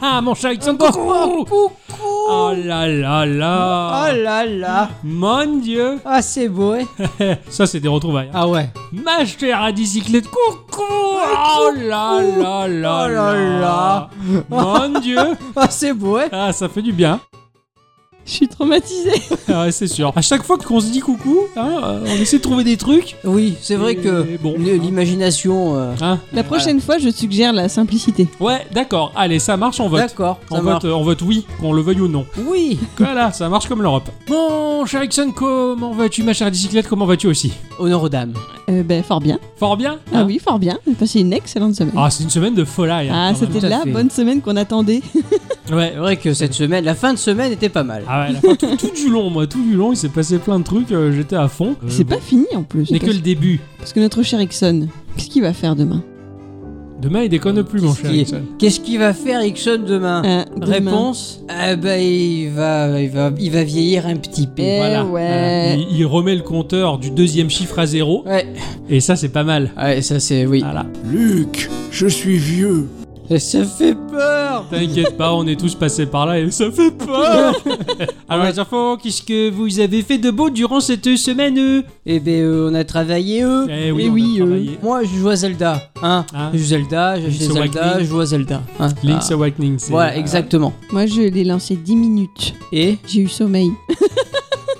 ah, mon chat, il sonne beaucoup Coucou Oh là là là Oh là là Mon Dieu Ah, c'est beau, hein Ça, c'est des retrouvailles. hein. Ah ouais. Ma chère à bicyclette, coucou Oh là là là Oh là là. Mon Dieu Ah, c'est beau, hein Ah, ça fait du bien. Je suis traumatisée. Ah ouais, c'est sûr. À chaque fois qu'on se dit coucou, hein, euh, on essaie de trouver des trucs. Oui, c'est vrai que Et bon. l- l'imagination... euh, Hein La prochaine fois, je suggère la simplicité. Ouais, d'accord. Allez, ça marche, on vote. D'accord, On ça vote, marche. euh, on vote oui, qu'on le veuille ou non. Oui Voilà, ça marche comme l'Europe. Mon cher Ixon, comment vas-tu Ma chère bicyclette, comment vas-tu aussi Honneur aux dames. Euh, ben, fort bien. Fort bien Ah hein oui, fort bien. J'ai passé une excellente semaine. Ah, c'est une semaine de folie. Ah, c'était tout à la fait. bonne semaine qu'on attendait. Ouais, C'est vrai que cette semaine, la fin de semaine était pas mal. Ah ouais, la fin, tout, tout du long, moi, tout du long, il s'est passé plein de trucs, euh, j'étais à fond. Euh, C'est bon, pas fini en plus. Mais que le début. Parce que notre cher Ixon, qu'est-ce qu'il va faire demain Demain, il déconne Ah, plus, mon cher Qu'est-ce qui- Ixon. Qu'est-ce qu'il va faire, Ixon, Ah, demain Euh, demain. Réponse Eh ben, il va, il, va, il va vieillir un petit peu. Eh Voilà. ouais. Il, il remet le compteur du deuxième chiffre à zéro, Ouais. et ça, c'est pas mal. Ouais, ça c'est... Oui. Voilà. Luc, je suis vieux. Ça fait peur T'inquiète pas, on est tous passés par là et ça fait peur Alors les enfants, qu'est-ce que vous avez fait de beau durant cette semaine euh Eh ben, euh, on a travaillé, eux Eh Eh on a oui, euh, travaillé. Moi, je joue à Zelda, hein. Ah. Hein je joue Zelda, j'ai Link's acheté Zelda, Awakening. je joue à Zelda. hein. Link's Ah. Awakening, c'est... Voilà, exactement. Moi, je l'ai lancé 10 minutes. Et J'ai eu sommeil.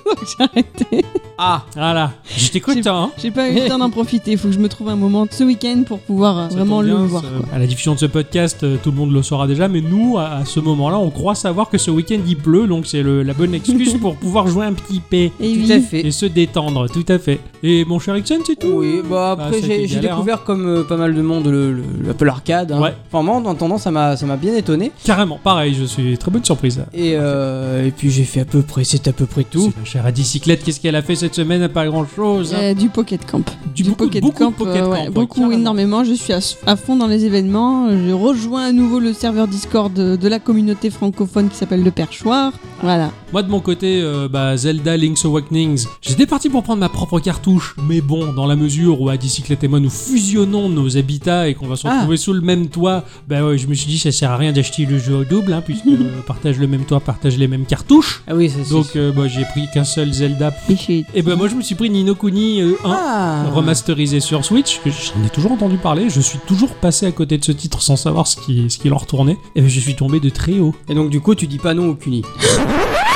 Donc j'ai arrêté. ah, Voilà, j'étais content, hein J'ai pas eu le temps d'en profiter. Faut que je me trouve un moment ce week-end pour pouvoir euh, Ça vraiment tombe le bien, voir. ça- quoi. À la diffusion de ce podcast, euh, tout le monde le saura déjà, mais nous, à, à ce moment-là, on croit savoir que ce week-end il pleut, donc c'est le- la bonne excuse pour pouvoir jouer un petit P Et tout oui. à fait. et se détendre, tout à fait. Et mon cher Ixon, c'est tout Oui, bah Ah, ça a après été j'ai j'ai galère, découvert comme euh, pas mal de monde le, le, l'Apple Arcade. hein. Ouais. Enfin moi en attendant ça m'a ça m'a bien étonné Carrément, pareil, je suis très bonne surprise. et euh, et puis j'ai fait à peu près c'est à peu près tout. C'est Ma chère à bicyclette, qu'est-ce qu'elle a fait cette semaine Pas grand-chose. hein. Euh, du Pocket Camp. Du beaucoup- beaucoup de Pocket euh, Camp, ouais, ouais, beaucoup, carrément. énormément. Je suis à, à fond dans les événements. Je rejoins à nouveau le serveur Discord de, de la communauté francophone qui s'appelle Le Perchoir. Voilà. Moi de mon côté, euh, bah, Zelda Link's Awakenings, j'étais parti pour prendre ma propre cartouche, mais bon, dans la mesure où à Dicyclette et moi nous fusionnons nos habitats et qu'on va se Ah. retrouver sous le même toit, bah ouais, je me suis dit ça sert à rien d'acheter le jeu au double, hein, puisque euh, partage le même toit, partage les mêmes cartouches. Ah oui, ça c'est Donc euh, bah, j'ai pris qu'un seul Zelda. Et chez- Et ben moi je me suis pris Nino Kuni euh, 1. ah Remasterisé sur Switch, que j'en ai toujours entendu parler, je suis toujours passé à côté de ce titre sans savoir ce qui, ce qui leur tournait, et ben, je suis tombé de très haut. Et donc du coup tu dis pas non au Kuni.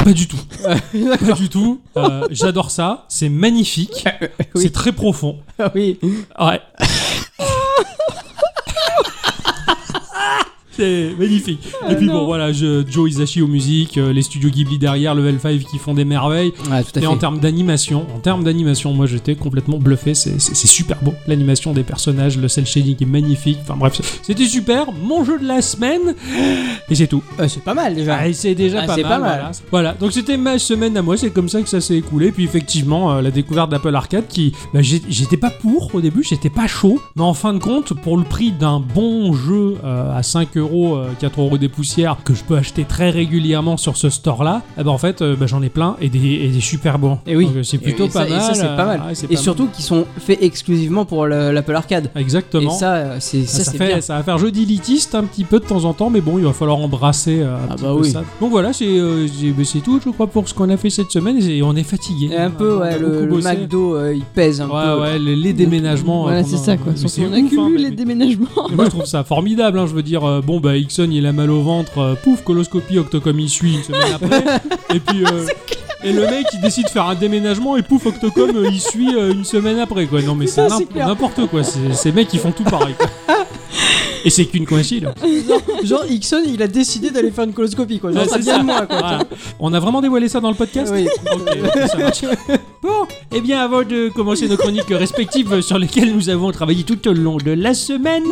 Ah, Pas du tout. Pas du tout. Euh, J'adore ça. C'est magnifique. Oui. C'est très profond. Ah oui. Ouais. C'est magnifique. Et puis bon, voilà, je, Joe Isashi aux musiques, euh, les studios Ghibli derrière, Level 5 qui font des merveilles. Ouais, Ah, tout à Et fait. en termes d'animation, en termes d'animation, moi j'étais complètement bluffé. C'est c'est- c'est super beau. L'animation des personnages, le cel shading est magnifique. Enfin bref, c'était super. Mon jeu de la semaine. Et c'est tout. Euh, c'est pas mal déjà. Ah, et c'est déjà Ah, pas, c'est mal, pas mal. Voilà. Voilà. donc c'était ma semaine à moi, c'est comme ça que ça s'est écoulé. Puis effectivement, euh, la découverte d'Apple Arcade qui. bah, j'ai- j'étais pas pour au début, j'étais pas chaud. Mais en fin de compte, pour le prix d'un bon jeu euh, à 5 euros, euh, 4 euros des poussières, que je peux acheter très régulièrement sur ce store là, en fait, euh, bah, j'en ai plein et des, et des super bons. Et Eh oui. Donc, euh, c'est plutôt Et pas ça- mal. Et ça c'est euh, pas mal. ouais, c'est et pas surtout qu'ils sont faits exclusivement pour le- l'Apple Arcade. mal. Exactement. Et ça euh, c'est Ça, ça, ça c'est fait, bien. ça va faire jeu d'élitiste un petit peu de temps en temps, mais bon, il va falloir embrasser euh, un Ah petit bah peu oui. ça. Donc voilà, c'est euh, c'est bah, c'est tout, je crois, pour ce qu'on a fait cette semaine. Et on est fatigué. Et un peu On a ouais beaucoup le, le bossé. McDo euh, il pèse un Ouais, peu. ouais, les, les déménagements. Voilà, euh, qu'on c'est a- ça quoi. mais Surtout c'est on ouf, hein, accumule mais- Euh, les déménagements. mais moi je trouve ça formidable, hein, je veux dire, euh, bon bah Ixon il a mal au ventre, euh, pouf, coloscopie, octocom il suit une semaine après, et puis euh, et le mec il décide de faire un déménagement et pouf, octocom euh, il suit euh, une semaine après quoi, non mais c'est Putain, c'est n'im- clair. n'importe quoi, C'est- ces mecs ils font tout pareil quoi. Et c'est qu'une coïncidence. Genre Ixon il a décidé d'aller faire une coloscopie quoi. Genre, Ouais, ça c'est vient ça. de moi quoi. Voilà. Ah. On a vraiment dévoilé ça dans le podcast Oui. Ok, ok, ça marche. Bon, eh bien, avant de commencer nos chroniques respectives sur lesquelles nous avons travaillé tout au long de la semaine,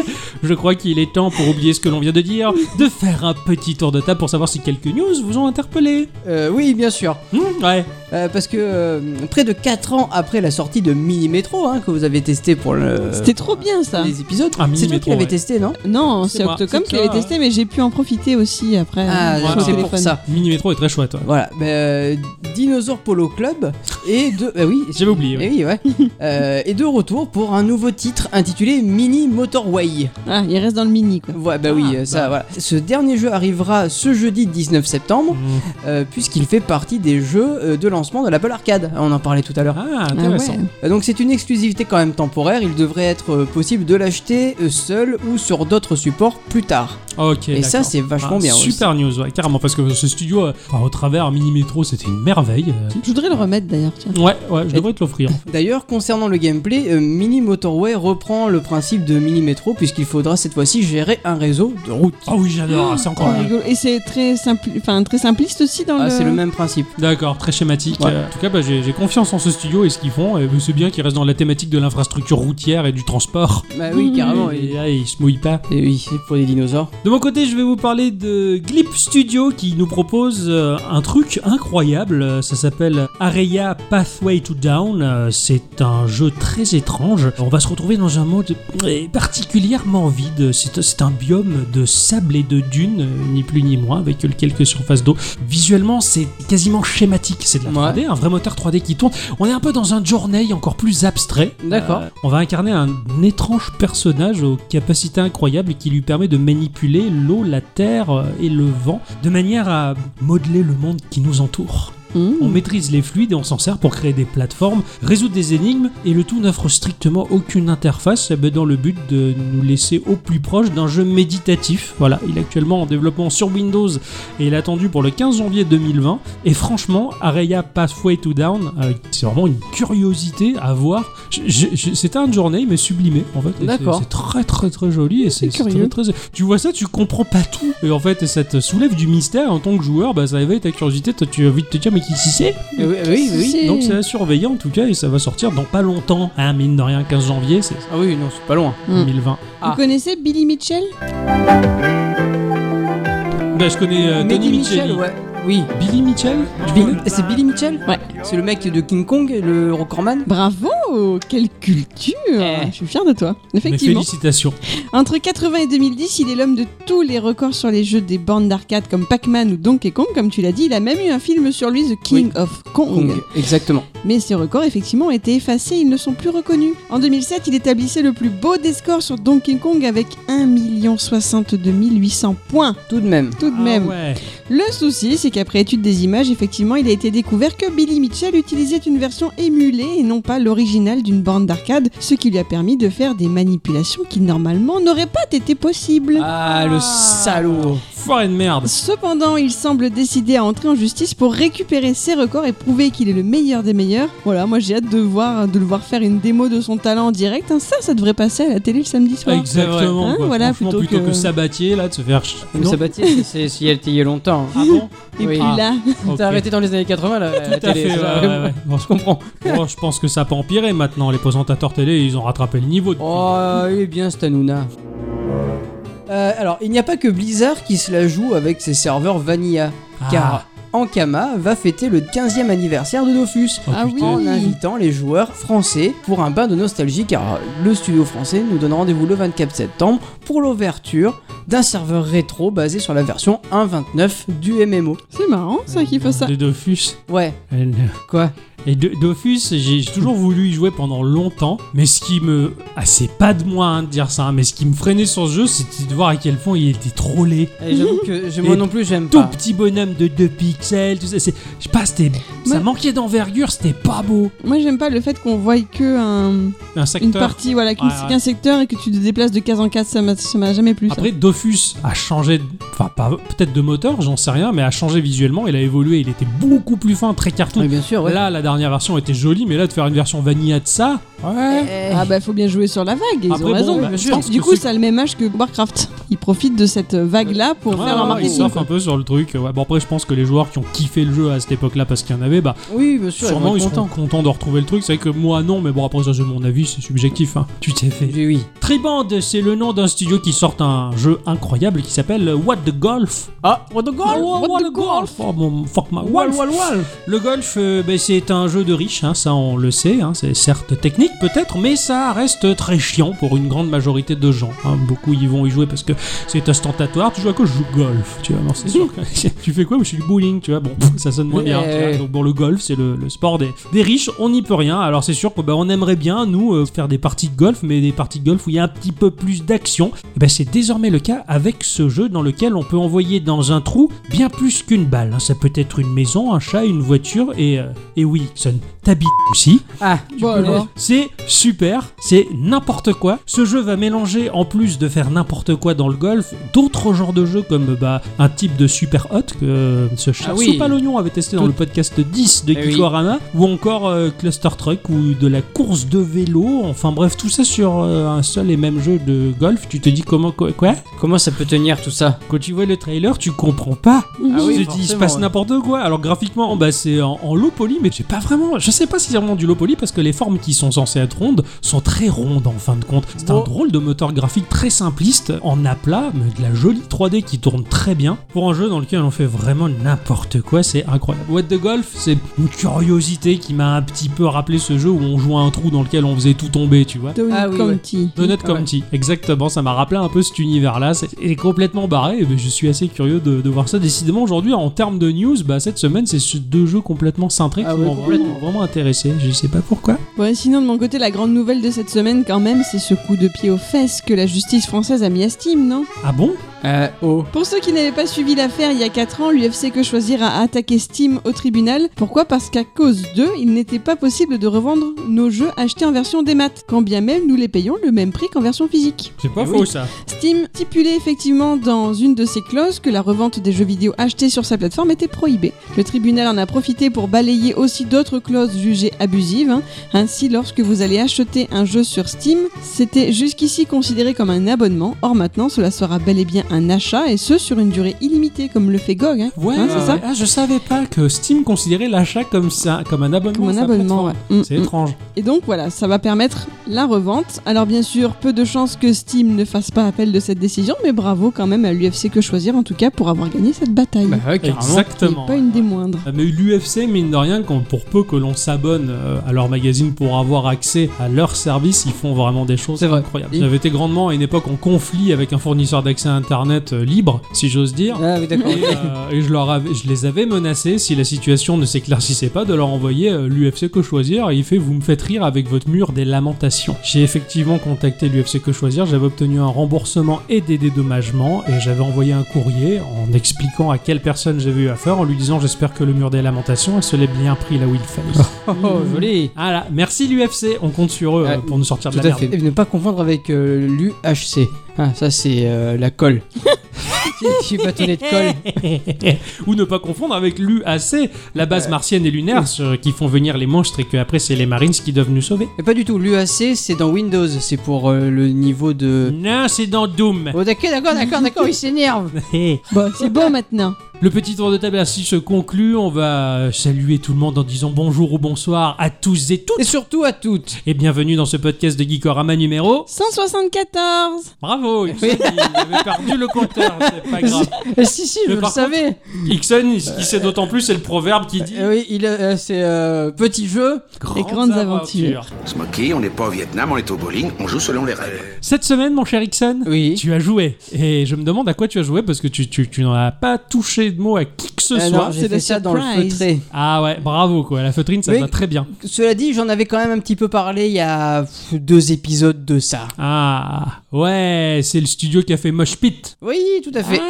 je crois qu'il est temps, pour oublier ce que l'on vient de dire, de faire un petit tour de table pour savoir si quelques news vous ont interpellé. Euh, oui bien sûr. Hmm, ouais. Euh, parce que euh, près de 4 ans après la sortie de Mini Metro, hein, que vous avez testé pour le. C'était trop bien ça. les épisodes. Ah, Mini c'est toi Metro, qui l'avais ouais. testé, non Non, C'est c'est moi, Octocom c'est qui l'avait ça, testé, mais j'ai pu en profiter aussi après. Ah, euh, sur d'accord. le c'est téléphone. pour ça. Mini métro est très chouette. ouais. Voilà, ben, euh, Dinosaur Polo Club et de. bah oui, J'avais oublié. ouais. Eh oui, ouais. Euh, et de retour pour un nouveau titre intitulé Mini Motorway. Ah, il reste dans le mini, quoi. Ouais, bah oui, Ah, euh, ça, voilà. Ce dernier jeu arrivera ce jeudi 19 septembre, Mmh. euh, puisqu'il fait partie des jeux euh, de lancement de l'Apple Arcade. On en parlait tout à l'heure. Ah, Ah intéressant. ouais. Euh, Donc c'est une exclusivité quand même temporaire. Il devrait être euh, possible de l'acheter euh, seul ou sur d'autres supports plus tard. Ok. Et ça, d'accord. c'est vachement Ah, bien aussi. Super news, ouais, carrément, parce que ce studio, euh, enfin, au travers Mini Metro, c'était une merveille. euh. Je voudrais le remettre d'ailleurs, tiens. Ouais, ouais, je devrais te l'offrir. D'ailleurs, concernant le gameplay, euh, Mini Motorway reprend le principe de Mini Metro puisqu'il faudra cette fois-ci gérer un réseau de routes. Ah oui, j'adore, c'est encore Oh, mieux. rigolo. Et c'est très, simpli- enfin, très simpliste aussi dans Ah, le. c'est le même principe. D'accord, très schématique. Ouais. Euh, En tout cas, bah, j'ai j'ai confiance en ce studio et ce qu'ils font. Et euh, c'est bien qu'ils restent dans la thématique de l'infrastructure routière et du transport. Bah oui, Mmh. carrément. Et Et, là, ils se mouillent pas. et Eh oui, c'est pour les dinosaures. De mon côté, je vais vous parler de Glip Studio qui nous propose euh, un truc incroyable. Euh, Ça s'appelle Areia Pathway to Down. Euh, C'est un jeu très étrange. On va se retrouver dans un mode euh, particulièrement vide. C'est c'est un biome de sable et de dunes, euh, ni plus ni moins, avec quelques surfaces d'eau. Visuellement, c'est quasiment schématique. C'est de la Ouais. 3D, un vrai moteur 3D qui tourne. On est un peu dans un journey encore plus abstrait. D'accord. Euh, on va incarner un étrange personnage aux capacités incroyables qui lui permet de manipuler l'eau, la terre euh, et le vent de manière à modeler le monde qui nous entoure. Mmh. On maîtrise les fluides et on s'en sert pour créer des plateformes, résoudre des énigmes et le tout n'offre strictement aucune interface eh ben, dans le but de nous laisser au plus proche d'un jeu méditatif. Voilà, il est actuellement en développement sur Windows et il est attendu pour le 15 janvier 2020. Et franchement, Areia Pathway to Down, euh, c'est vraiment une curiosité à voir. Je- je- je- C'était un journée mais sublimé en fait. Et c'est- D'accord. C'est très très très joli et c'est C'est c'est curieux. très, très- Tu vois ça, tu comprends pas tout et en fait ça te soulève du mystère en tant que joueur. Bah ça éveille ta curiosité. Toi, tu as envie de te dire mais qui qui c'est Euh, oui, oui, oui. C'est- donc c'est à surveiller en tout cas et ça va sortir dans pas longtemps. Hein, mine de rien, 15 janvier, c'est Ah oui, non, c'est pas loin. Mm. 2020. Ah. Vous connaissez Billy Mitchell Bah, je connais euh, Billy Tony Michel. ouais. Oui. Billy Mitchell Tu Billy- connais C'est Billy Mitchell Ouais. Oh, C'est le mec de King Kong, le recordman Bravo Quelle culture Eh. Je suis fière de toi. Mais Effectivement. félicitations. Entre 80 et 2010, il est l'homme de tous les records sur les jeux des bandes d'arcade comme Pac-Man ou Donkey Kong, comme tu l'as dit. Il a même eu un film sur lui, The King of Kong. Kong, exactement. Mais ces records, effectivement, ont été effacés, ils ne sont plus reconnus. En 2007, il établissait le plus beau des scores sur Donkey Kong avec 1 062 800 points, Tout de même. tout de même. Ah ouais. Le souci, c'est qu'après étude des images, effectivement, il a été découvert que Billy Mitchell utilisait une version émulée et non pas l'original d'une borne d'arcade, ce qui lui a permis de faire des manipulations qui normalement n'auraient pas été possibles. Ah, le salaud Foiré de merde. Cependant, il semble décidé à entrer en justice pour récupérer ses records et prouver qu'il est le meilleur des meilleurs. Voilà, moi j'ai hâte de voir, de le voir faire une démo de son talent en direct. hein. Ça, ça devrait passer à la télé le samedi soir. Ah, Exactement. Hein, quoi. voilà, Franchement, plutôt plutôt, que... que- Sabatier, là, de se faire. ch- Le Non. Sabatier, c'est s'il y a il y a longtemps. Ah bon Et Oui. puis Ah. là, Ok. T'as arrêté dans les années 80 là la Tout à télé, fait, ça, ouais, vraiment. ouais, ouais. Bon, Je comprends. bon, Oh, je pense que ça peut empirer maintenant. Les présentateurs télé, ils ont rattrapé le niveau. Oh, il est bien Stanouna. alors, il n'y a pas que Blizzard qui se la joue avec ses serveurs Vanilla, Ah. car Ankama va fêter le 15e anniversaire de Dofus. Oh, Ah oui. putain. En invitant les joueurs français pour un bain de nostalgie, car le studio français nous donne rendez-vous le 24 septembre pour l'ouverture d'un serveur rétro basé sur la version 1.29 du MMO. c'est marrant ça qu'il faut ça. De Dofus. Ouais, Elle- quoi Et Do- Dofus, j'ai j'ai toujours voulu y jouer pendant longtemps, mais ce qui me. Ah, c'est pas de moi hein, de dire ça, hein, mais ce qui me freinait sur ce jeu, c'était de voir à quel point il était trollé. Eh, J'avoue que je- moi Et non plus j'aime Tout Ah. pas. petit bonhomme de 2 pixels, tout ça, c'est. Je sais pas, c'était. Ça Ouais. manquait d'envergure, c'était pas beau. Moi j'aime pas le fait qu'on voie que un- Un une secteur. partie, voilà, qu'une- Ouais, ouais. qu'un secteur et que tu te déplaces de case en case, ça m'a ça m'a jamais plu. ça. Après, Dofus a changé, de- enfin, pas- peut-être de moteur, j'en sais rien, mais a changé visuellement, il a évolué, il était beaucoup plus fin, très cartoon. Oui, bien sûr, ouais. Là, la dernière version était jolie, mais là, de faire une version vanilla de ça, ouais. Eh, Ah bah faut bien jouer sur la vague, ils Après, ont bon, raison. bah, bien sûr, parce du que coup c'est- ça a le même âge que Warcraft. Ils profitent de cette vague là pour Ouais, faire ouais, leur ils marketing. surfent ah, un peu sur le truc. Ouais, bon, après, je pense que les joueurs qui ont kiffé le jeu à cette époque-là parce qu'il y en avait, bah, Oui, bien sûr, sûrement ils ils vont être seront contents. contents de retrouver le truc. C'est vrai que moi, non, mais bon, après, ça, c'est mon avis, c'est subjectif. hein. Tu t'es fait. Oui, oui. Triband, c'est le nom d'un studio qui sort un jeu incroyable qui s'appelle What the Golf. Ah, what the goal Ah, Oh, What the Oh, mon fuck my Wolf. wall Le golf, euh, ben, c'est un, un jeu de riches, hein, ça on le sait. hein, c'est certes technique peut-être, mais ça reste très chiant pour une grande majorité de gens. hein. Beaucoup y vont y jouer parce que c'est ostentatoire. Tu joues à quoi Je joue au golf. Tu vois, non, c'est sûr. que- tu fais quoi Moi, Je suis du bowling. Tu vois, bon, ça sonne moins bien. tu vois. Ouais. Donc bon, le golf, c'est le, le sport des, des riches. On n'y peut rien. Alors c'est sûr qu'on bah, on aimerait bien nous euh, faire des parties de golf, mais des parties de golf où il y a un petit peu plus d'action. Et ben c'est désormais le cas avec ce jeu dans lequel on peut envoyer dans un trou bien plus qu'une balle. hein. Ça peut être une maison, un chat, une voiture et euh, et oui, Son, t'habites aussi. Ah, Bon, alors. C'est super, c'est n'importe quoi. Ce jeu va mélanger, en plus de faire n'importe quoi dans le golf, d'autres genres de jeux comme bah, un type de super hot que euh, ce cher Ah oui. Soupalognon avait testé dans Tout- le podcast 10 de Eh oui. Geekorama, ou encore euh, Cluster Truck ou de la course de vélo. Enfin bref, tout ça sur euh, un seul et même jeu de golf. Tu te dis comment quoi, quoi comment ça peut tenir tout ça Quand tu vois le trailer, tu comprends pas. Mhm. Ah oui, Tu te dis, il se forcément, passe ouais. n'importe quoi. Alors graphiquement, bah, c'est en, en low poly, mais c'est pas vraiment. Je sais pas si c'est vraiment du low poly parce que les formes qui sont censées être rondes sont très rondes en fin de compte. C'est un Bon. drôle de moteur graphique très simpliste en aplat, mais de la jolie 3D qui tourne très bien pour un jeu dans lequel on fait vraiment n'importe quoi. C'est incroyable. What the Golf, c'est une curiosité qui m'a un petit peu rappelé ce jeu où on jouait à un trou dans lequel on faisait tout tomber, tu vois. Tony Ah oui, Conti. Donut Ah County, exactement, ça m'a rappelé un peu cet univers-là, c'est il est complètement barré, mais je suis assez curieux de, de voir ça. Décidément, aujourd'hui, en termes de news, bah, cette semaine, c'est ce- deux jeux complètement cintrés Ah qui ouais, m'ont vraiment, complètement. vraiment intéressé, je sais pas pourquoi. Bon, sinon, de mon côté, la grande nouvelle de cette semaine, quand même, c'est ce coup de pied aux fesses que la justice française a mis à Steam, non Ah bon Euh, oh. Pour ceux qui n'avaient pas suivi l'affaire il y a 4 ans, l'UFC Que Choisir a attaqué Steam au tribunal. Pourquoi Parce qu'à cause d'eux, il n'était pas possible de revendre nos jeux achetés en version démat, quand bien même nous les payons le même prix qu'en version physique. C'est pas Eh faux oui. ça. Steam stipulait effectivement dans une de ses clauses que la revente des jeux vidéo achetés sur sa plateforme était prohibée. Le tribunal en a profité pour balayer aussi d'autres clauses jugées abusives. hein. Ainsi, lorsque vous allez acheter un jeu sur Steam, c'était jusqu'ici considéré comme un abonnement. Or maintenant, cela sera bel et bien un achat et ce sur une durée illimitée, comme le fait GOG. hein. Ouais, Hein, c'est ouais, ça ouais. Ah, je savais pas que Steam considérait l'achat comme ça, comme un abonnement. Comme un à sa abonnement, plateforme. ouais. Mm, C'est mm. étrange. Et donc voilà, ça va permettre la revente. Alors bien sûr, peu de chances que Steam ne fasse pas appel de cette décision, mais bravo quand même à l'UFC que choisir en tout cas pour avoir gagné cette bataille. Bah ouais, carrément. qui n'est Exactement. Ah, pas une des moindres. Mais l'UFC, mine de rien, quand- pour peu que l'on s'abonne euh, à leur magazine pour avoir accès à leur service, ils font vraiment des choses C'est vrai. incroyables. J'avais été grandement à une époque en conflit avec un fournisseur d'accès à Internet euh, libre, si j'ose dire. Ah oui, d'accord. Et, euh, et je, leur avais- je les avais menacés, si la situation ne s'éclaircissait pas, de leur envoyer euh, l'UFC Que Choisir. Et il fait Vous me faites rire avec votre mur des lamentations. J'ai effectivement contacté l'UFC Que Choisir, j'avais obtenu un remboursement et des dédommagements. Et j'avais envoyé un courrier en expliquant à quelle personne j'avais eu affaire, en lui disant J'espère que le mur des lamentations, elle se l'est bien pris là où il fallait. Oh, oh, joli. ah là, merci l'UFC, on compte sur eux Ouais, euh, pour nous sortir de Tout la à merde. fait. Et ne pas confondre avec euh, l'UHC. Ah, ça, c'est euh, la colle. Je suis bâtonnet de colle. Ou ne pas confondre avec l'UAC, la base Euh, martienne et lunaire sur- qui font venir les monstres et que après c'est les marines qui doivent nous sauver. Mais pas du tout. L'UAC, c'est dans Windows. C'est pour euh, le niveau de. Non, c'est dans Doom. Oh, d'accord, d'accord, d'accord, d'accord, il s'énerve. Bon, c'est bon maintenant. Le petit tour de table ainsi se conclut. On va saluer tout le monde en disant bonjour ou bonsoir à tous et toutes. Et surtout à toutes. Et bienvenue dans ce podcast de Geekorama numéro. 174 Bravo, Ixon, il avait perdu le compteur, c'est pas grave. Euh, si, si, je Mais le par savais. Ixon, ce qui sait d'autant plus, c'est le proverbe qui dit Eh oui, il a- euh, c'est euh, petit jeu. Les grandes aventures. Se moquer, on n'est pas au Vietnam, on est au bowling, on joue selon les règles. Cette semaine, mon cher Ixon, Oui. Tu as joué. Et je me demande à quoi tu as joué parce que tu, tu, tu n'en as pas touché de mot à qui que ce Ah soit. non, c'est j'ai le fait ça dans le surprise. feutré. Ah ouais, bravo quoi. La feutrine, ça Mais- te va très bien. Cela dit, j'en avais quand même un petit peu parlé il y a pff, deux épisodes de ça. Ah ouais, c'est le studio qui a fait Mosh Pit. Oui, tout à fait.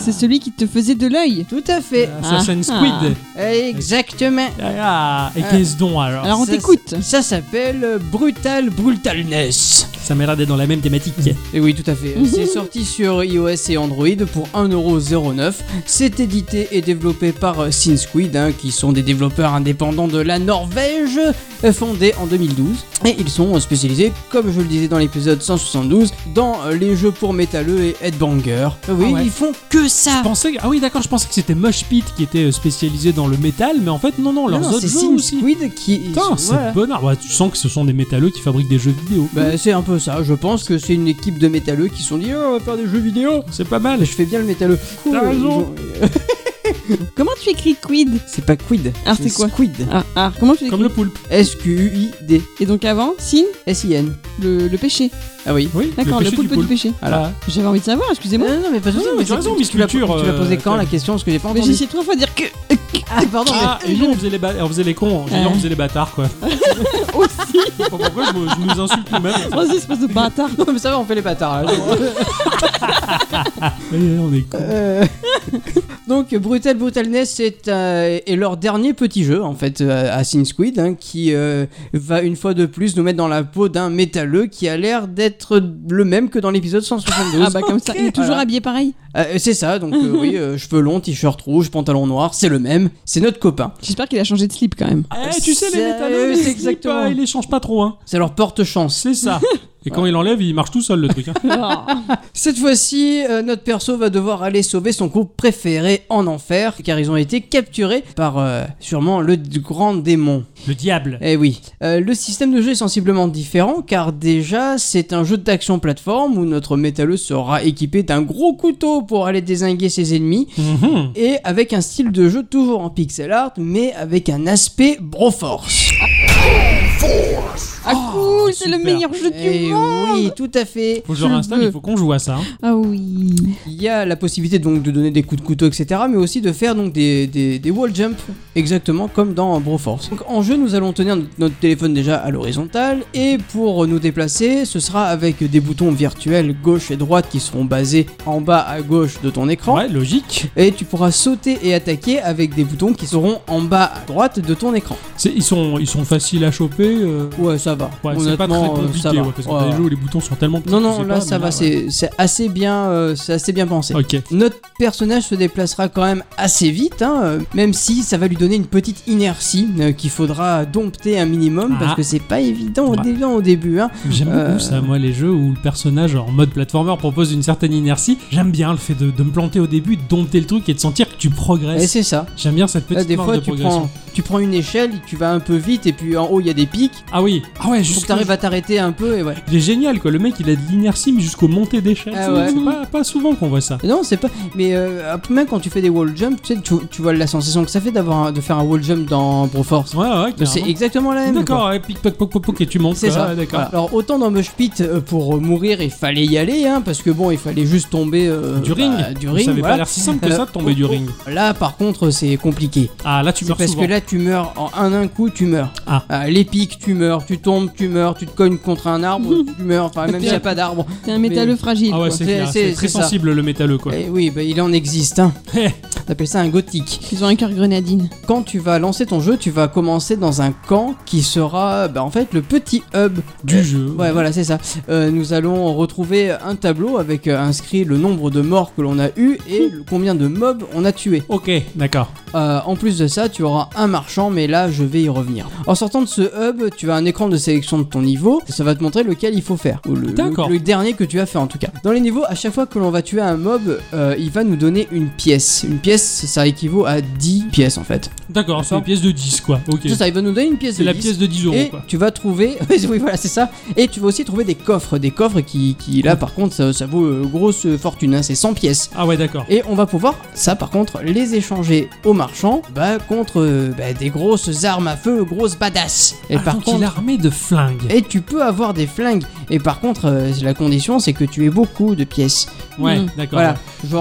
C'est celui qui te faisait de l'œil. Ah. Tout à fait. Assassin's Ah. Squid. Exactement. Ah, et qu'est-ce donc alors Alors on Ça, t'écoute. Ça s'appelle euh, Brutal Brutalness. Ça m'a l'air d'être dans la même thématique. Et oui, tout à fait. Mhm. C'est sorti sur iOS et Android pour 1,09€. C'est édité et développé par euh, SinSquid, hein, qui sont des développeurs indépendants de la Norvège, euh, fondés en 2012. Et ils sont euh, spécialisés, comme je le disais dans l'épisode 172, dans euh, les jeux pour métalleux et headbanger. Euh, Oui, Ah ouais. ils font que ça. Je pensais, ah oui d'accord, je pensais que c'était Mosh Pit qui était euh, spécialisé dans le métal, mais en fait non Ah non, leurs Non, autres c'est jeux aussi. SinSquid qui. Putain, c'est voilà. bonnard. Ouais, tu sens que ce sont des métalleux qui fabriquent des jeux vidéo. Bah, c'est un peu ça. Je pense que c'est une équipe de métalleux Euh, qui se sont dit, Oh, on va faire des jeux vidéo. c'est pas mal. Je fais bien le métalleux. T'as raison. Comment tu écris quid C'est pas quid. Alors, c'est quoi Squid. Ah, ah, comment tu l'écris Comme le poulpe. S-Q-U-I-D. Et donc avant, signe, S-I-N. le, le péché. Ah oui. Oui, D'accord, le, péché poulpe du péché. Voilà. J'avais envie de savoir, excusez-moi. Non, non, mais pas de Non, souci, non, mais tu c'est- as raison, parce Miss que tu l'as- Culture, Tu l'as posé euh, quand la Fred. question Parce que j'ai pas Mais entendu. j'ai essayé trois fois de dire que Ah, pardon. Ah, et nous, on faisait les, ba- on faisait les cons, j'ai dit, Euh. on faisait les bâtards, quoi. aussi. Je sais pas Pourquoi je, me- je nous insulte nous-mêmes Oh, c'est espèce de bâtard. Non, mais ça va, on fait les bâtards. là. Eh, On est cons. Euh, Donc Brutal Brutalness est, euh, est leur dernier petit jeu en fait euh, à Sin Squid hein, qui euh, va une fois de plus nous mettre dans la peau d'un métalleux qui a l'air d'être le même que dans l'épisode 172. Ah bah comme ça, il est toujours Voilà. habillé pareil. Euh, c'est ça donc euh, oui euh, cheveux longs, t-shirt rouge, pantalon noir, c'est le même, c'est notre copain. J'espère qu'il a changé de slip quand même. Eh, tu sais, les c'est- métalleux, les c'est slips, Euh, exactement. ah, ils les changent pas trop, hein. Ça leur porte chance. C'est ça. Et quand il enlève, il marche tout seul, le truc. hein. Cette fois-ci, euh, notre perso va devoir aller sauver son groupe préféré en enfer car ils ont été capturés par euh, sûrement le d- grand démon. Le diable. Eh oui. Euh, le système de jeu est sensiblement différent car déjà c'est un jeu d'action plateforme où notre métalleux sera équipé d'un gros couteau pour aller désinguer ses ennemis Mhm. et avec un style de jeu toujours en pixel art mais avec un aspect Broforce. Ah cool, c'est le super. meilleur jeu du Eh monde. oui, tout à fait. Faut que je Je le réinstalle, veux. il faut qu'on joue à ça. hein. Ah oui. Il y a la possibilité donc de donner des coups de couteau, etc., mais aussi de faire donc des, des, des wall jumps, exactement comme dans Broforce. Donc en jeu, nous allons tenir notre- notre téléphone déjà à l'horizontale, et pour nous déplacer, ce sera avec des boutons virtuels gauche et droite qui seront basés en bas à gauche de ton écran. Ouais, logique. Et tu pourras sauter et attaquer avec des boutons qui seront en bas à droite de ton écran. C'est- Ils sont, ils sont faciles à choper. euh. Ouais, ça va. Ouais, c'est pas très Honnêtement, euh, compliqué, ça va. ouais, parce que Ouais, dans les ouais. jeux où les boutons sont tellement petits. Non, tu non, sais là pas, ça mais va, ouais. c'est c'est assez bien, euh, c'est assez bien pensé. Ok. Notre personnage se déplacera quand même assez vite, hein, euh, même si ça va lui donner une petite inertie euh, qu'il faudra dompter un minimum parce Ah. Bah. que c'est pas évident au, Ouais. début, au début. hein. J'aime Euh, beaucoup ça, moi, les jeux où le personnage en mode platformer propose une certaine inertie. J'aime bien le fait de, de me planter au début, de dompter le truc et de sentir que tu Et progresses. c'est ça. J'aime bien cette Là, petite des marge fois, de tu progression. prends, tu prends une échelle, tu vas un peu vite et puis en haut il y a des pics. Ah oui, ah ouais, Faut que juste. t'arrives à t'arrêter un peu et ouais. Il est génial quoi, le mec il a de l'inertie mais jusqu'au montées d'échelle. Ah C'est- ouais. C'est pas, pas souvent qu'on voit ça. Non, c'est pas. Mais euh, après, même quand tu fais des wall jumps, tu, sais, tu, tu vois la sensation que ça fait d'avoir un- de faire un wall jump dans Broforce. Ouais, ouais, C'est carrément. exactement la même. quoi. D'accord, ouais, pic, poc, poc, poc, poc, et tu montes. C'est quoi, ça. ouais, D'accord. Voilà. Alors autant dans Mosh Pit euh, pour euh, mourir il fallait y aller hein, parce que bon il fallait juste tomber euh, Du bah, ring. du Ça ring, avait voilà. pas l'air si simple que Euh, ça de tomber du oh, ring. Là par contre c'est compliqué. Ah là tu C'est meurs parce souvent. que là tu meurs en un un coup tu meurs. Ah. Euh, les pics tu meurs, tu tombes, tu meurs, tu te cognes contre un arbre, tu meurs, enfin même s'il n'y a pas d'arbre. T'es un métalleux Mais- fragile. Ah ouais, quoi. c'est C'est- clair, c'est- c'est très c'est ça. sensible le métalleux quoi. Eh oui bah, il en existe hein. T'appelles ça un gothique. Ils ont un cœur grenadine. Quand tu vas lancer ton jeu tu vas commencer dans un camp qui sera bah, en fait le petit hub du jeu. Ouais, voilà, c'est ça. Euh, nous allons retrouver un tableau avec euh, inscrit le nombre de morts que l'on a eu et le- combien de mobs on a tués. Ok, d'accord. Euh, en plus de ça, tu auras un marchand, mais là, je vais y revenir. En sortant de ce hub, tu as un écran de sélection de ton niveau. Ça va te montrer lequel il faut faire. Ou le, D'accord. le- le dernier que tu as fait, en tout cas. Dans les niveaux, à chaque fois que l'on va tuer un mob, euh, il va nous donner une pièce. Une pièce, ça équivaut à 10 pièces, en fait. D'accord, c'est une pièce de 10 quoi. Ok. C'est ça, il va nous donner une pièce C'est de la 10. pièce de 10 euros Et quoi. tu vas trouver, oui voilà c'est ça, et tu vas aussi trouver des coffres, des coffres qui, qui là par contre ça, ça vaut euh, grosse fortune, hein, c'est 100 pièces. Ah ouais, d'accord. Et on va pouvoir, ça par contre, les échanger aux marchands bah, contre euh, bah, des grosses armes à feu, grosses badass. Et Ah, par donc il est contre, armé de flingues. et tu peux avoir des flingues. Et par contre, euh, la condition c'est que tu aies beaucoup de pièces. Ouais, Mm. d'accord. hum, Voilà,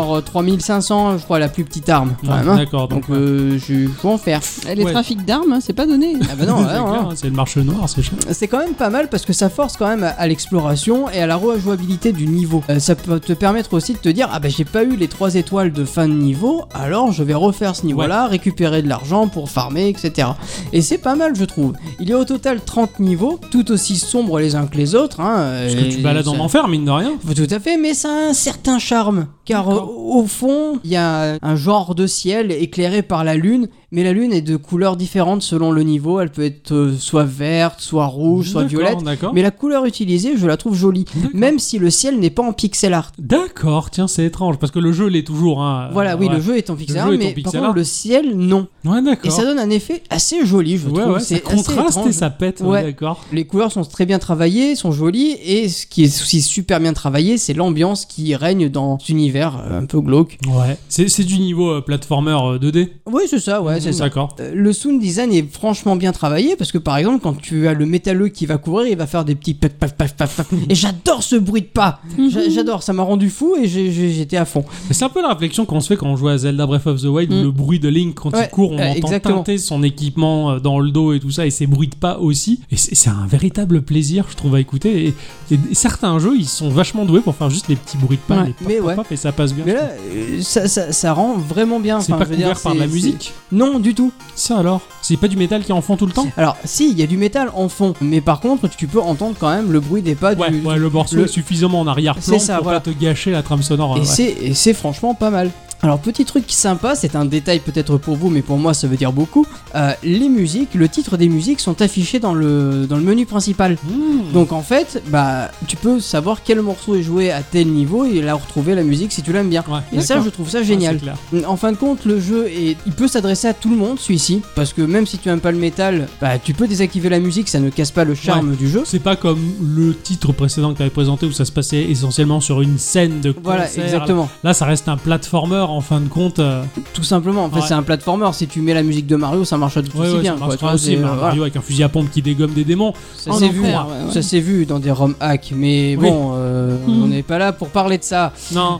genre euh, 3500, je crois, la plus petite arme. Ouais, quand même, hein. D'accord. Donc Donc, euh, je faut en faire. Les Ouais. trafics d'armes, hein, c'est pas donné. Ah bah non, ouais, c'est non, clair, non. hein, c'est le marché noir, c'est cher. C'est quand même pas mal parce que ça force quand même à- à l'exploration et à la rejouabilité du niveau. Euh, ça peut te permettre aussi de te dire ah bah j'ai pas eu les 3 étoiles de fin de niveau, alors je vais refaire ce niveau-là, récupérer de l'argent pour farmer, etc. Et c'est pas mal je trouve. Il y a au total 30 niveaux, tout aussi sombres les uns que les autres. Hein, Parce que tu balades en enfer, mine de rien. tout à fait, mais ça a un certain charme, car euh, D'accord. au fond, il y a un genre de ciel éclairé par la lune, Mais la lune est de couleurs différentes selon le niveau. Elle peut être euh, soit verte, soit rouge, soit D'accord, violette. D'accord. Mais la couleur utilisée, je la trouve jolie. D'accord. Même si le ciel n'est pas en pixel art. D'accord, tiens, c'est étrange parce que le jeu l'est toujours. hein. Voilà, Euh, oui, ouais. le jeu est en pixel Le art, jeu est en mais pixel par art. contre, le ciel, non. Ouais, Et d'accord. ça donne un effet assez joli, je ouais, trouve. ouais, ça c'est assez contraste et étrange. ça pète. ouais, Ouais. D'accord. Les couleurs sont très bien travaillées, sont jolies, et ce qui est aussi super bien travaillé, c'est l'ambiance qui règne dans cet univers euh, un peu glauque. Ouais. C'est c'est du niveau euh, platformer euh, 2D. Oui, c'est ça, ouais, c'est ça. D'accord. Euh, Le sound design est franchement bien travaillé parce que par exemple quand tu as le métalleux qui va courir il va faire des petits paf paf paf paf paf et j'adore ce bruit de pas Mm-hmm. J'a- j'adore ça m'a rendu fou et j'ai- j'ai- j'étais à fond Mais C'est un peu la réflexion qu'on se fait quand on joue à Zelda Breath of the Wild où Mm. le bruit de Link quand Ouais, il court, on euh, entend exactement. teinter son équipement euh, dans le dos et tout ça, et ses bruits de pas aussi. Et c'est c'est un véritable plaisir, je trouve, à écouter. Et, et certains jeux, ils sont vachement doués pour faire juste les petits bruits de pas, Ouais, les pop, mais pop, ouais. pop, et ça passe bien. mais là euh, ça, ça, ça rend vraiment bien c'est Enfin, pas je veux dire, couvert par de la c'est- musique. c'est- non du tout Ça alors C'est pas du métal qui en font tout le temps alors si il y a du métal en fond mais par contre tu peux entendre quand même le bruit des pas Ouais, du ouais, le morceau le- est suffisamment en arrière-plan C'est pour ça, voilà. pas te gâcher la trame sonore. hein, Et ouais. c'est- et c'est franchement pas mal. Alors petit truc sympa, c'est un détail peut-être pour vous, mais pour moi ça veut dire beaucoup. euh, les musiques, le titre des musiques sont affichés dans le, dans le menu principal. Mmh. Donc en fait, bah tu peux savoir quel morceau est joué à tel niveau et la retrouver la musique si tu l'aimes bien. Ouais, Et ça, d'accord. je trouve ça Ouais, génial. c'est clair. En fin de compte, le jeu est... il peut s'adresser à tout le monde, celui-ci, parce que même si tu aimes pas le métal, bah tu peux désactiver la musique, ça ne casse pas le charme du jeu. C'est pas comme le titre précédent que tu avais présenté où ça se passait essentiellement sur une scène de concert. Voilà, exactement. Là, ça reste un platformer en fin de compte. euh, Tout simplement, en fait, Ouais. c'est un platformer. Si tu mets la musique de Mario, ça marche tout ouais, aussi ouais, bien. ça quoi. marchera Tu vois, aussi, c'est- mais un voilà. Mario avec un fusil à pompe qui dégomme des démons. Ça En s'est enfer, vu, ouais, ouais. ça s'est vu dans des ROM hacks, mais Oui. Mhm. bon, euh, on n'est pas là pour parler de ça. Non,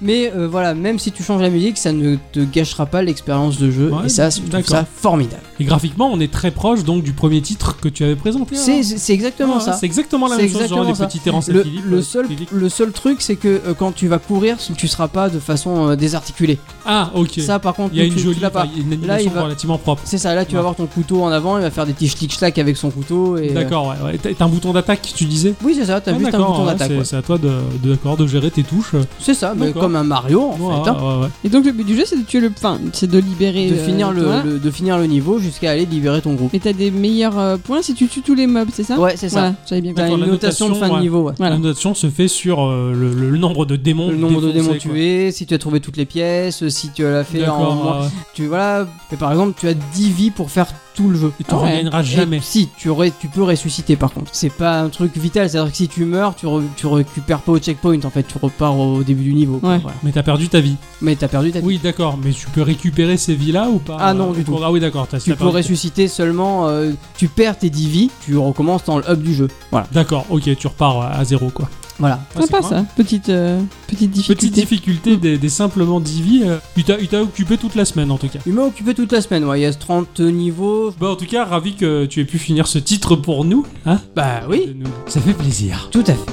Mais euh, voilà, même si tu changes la musique, ça ne te gâchera pas l'expérience de jeu, Ouais, et ça, je trouve d'accord. ça formidable. et graphiquement, on est très proche donc du premier titre que tu avais présenté. C'est alors. c'est exactement Ouais, ça. C'est exactement la C'est même chose, genre exactement des ça. petits terrains Le, Philippe, le euh, seul, Philippe. le seul truc, c'est que euh, quand tu vas courir, tu seras pas de façon euh, désarticulée. Ah, ok. Ça, par contre, il y a tu- une tu jolie, l'as pas. enfin, il y a une Là, il animation va- relativement propre. C'est ça, là, tu Ouais. vas voir ton couteau en avant, il va faire des petits schlick-schlack avec son couteau. et, euh, D'accord, ouais. ouais. T'as t'as un bouton d'attaque, tu disais Oui, c'est ça, t'as Ah, juste un d'accord, bouton ouais, d'attaque. c'est- ouais. C'est à toi de, de- d'accord, de gérer tes touches. C'est ça, mais D'accord. comme un Mario, en Ouais, fait. hein. ouais, ouais. Et donc le but du jeu, c'est de tuer le. Enfin, c'est de libérer. de, euh, finir le, voilà. le- de finir le niveau jusqu'à aller libérer ton groupe. Mais t'as des meilleurs euh, points si tu tues tous les mobs, c'est ça Ouais, c'est ça. Voilà, j'avais bien T'as D'accord, compris. une la notation, de notation, fin de ouais. niveau. ouais. Voilà. La notation se fait sur euh, le, le- le nombre de démons. Le nombre de défoncés, quoi. démons tués, si tu as trouvé toutes les pièces, si tu l'as fait en. D'accord, ouais, ouais. Tu, voilà. Et par exemple, tu as 10 vies pour faire tout le jeu. Et tu ne ouais. regagneras jamais. Et si, tu, aurais- tu peux ressusciter par contre. C'est pas un truc vital, c'est-à-dire que si tu meurs, tu, re- tu récupères pas au checkpoint en fait, tu repars au début du niveau. quoi, Ouais. voilà. Mais t'as perdu ta vie. Mais t'as perdu ta vie. Oui, d'accord, mais tu peux récupérer ces vies-là ou pas Ah non, euh, du au cours- tout. Ah oui, d'accord, t'as Tu t'as peux perdu- ressusciter seulement. euh, tu perds tes 10 vies, tu recommences dans le hub du jeu. Voilà. D'accord, ok, tu repars euh, à zéro, quoi. Voilà. Ah, c'est Sympa pas ça, petite, euh, petite difficulté. Petite difficulté Mmh. des, des simplement 10 vies. euh, il t'a il t'a occupé toute la semaine, en tout cas. Il m'a occupé toute la semaine, ouais. il y a 30 niveaux. Bah, en tout cas, ravi que tu aies pu finir ce titre pour nous. Hein Bah oui, De nous- Ça fait plaisir. tout à fait.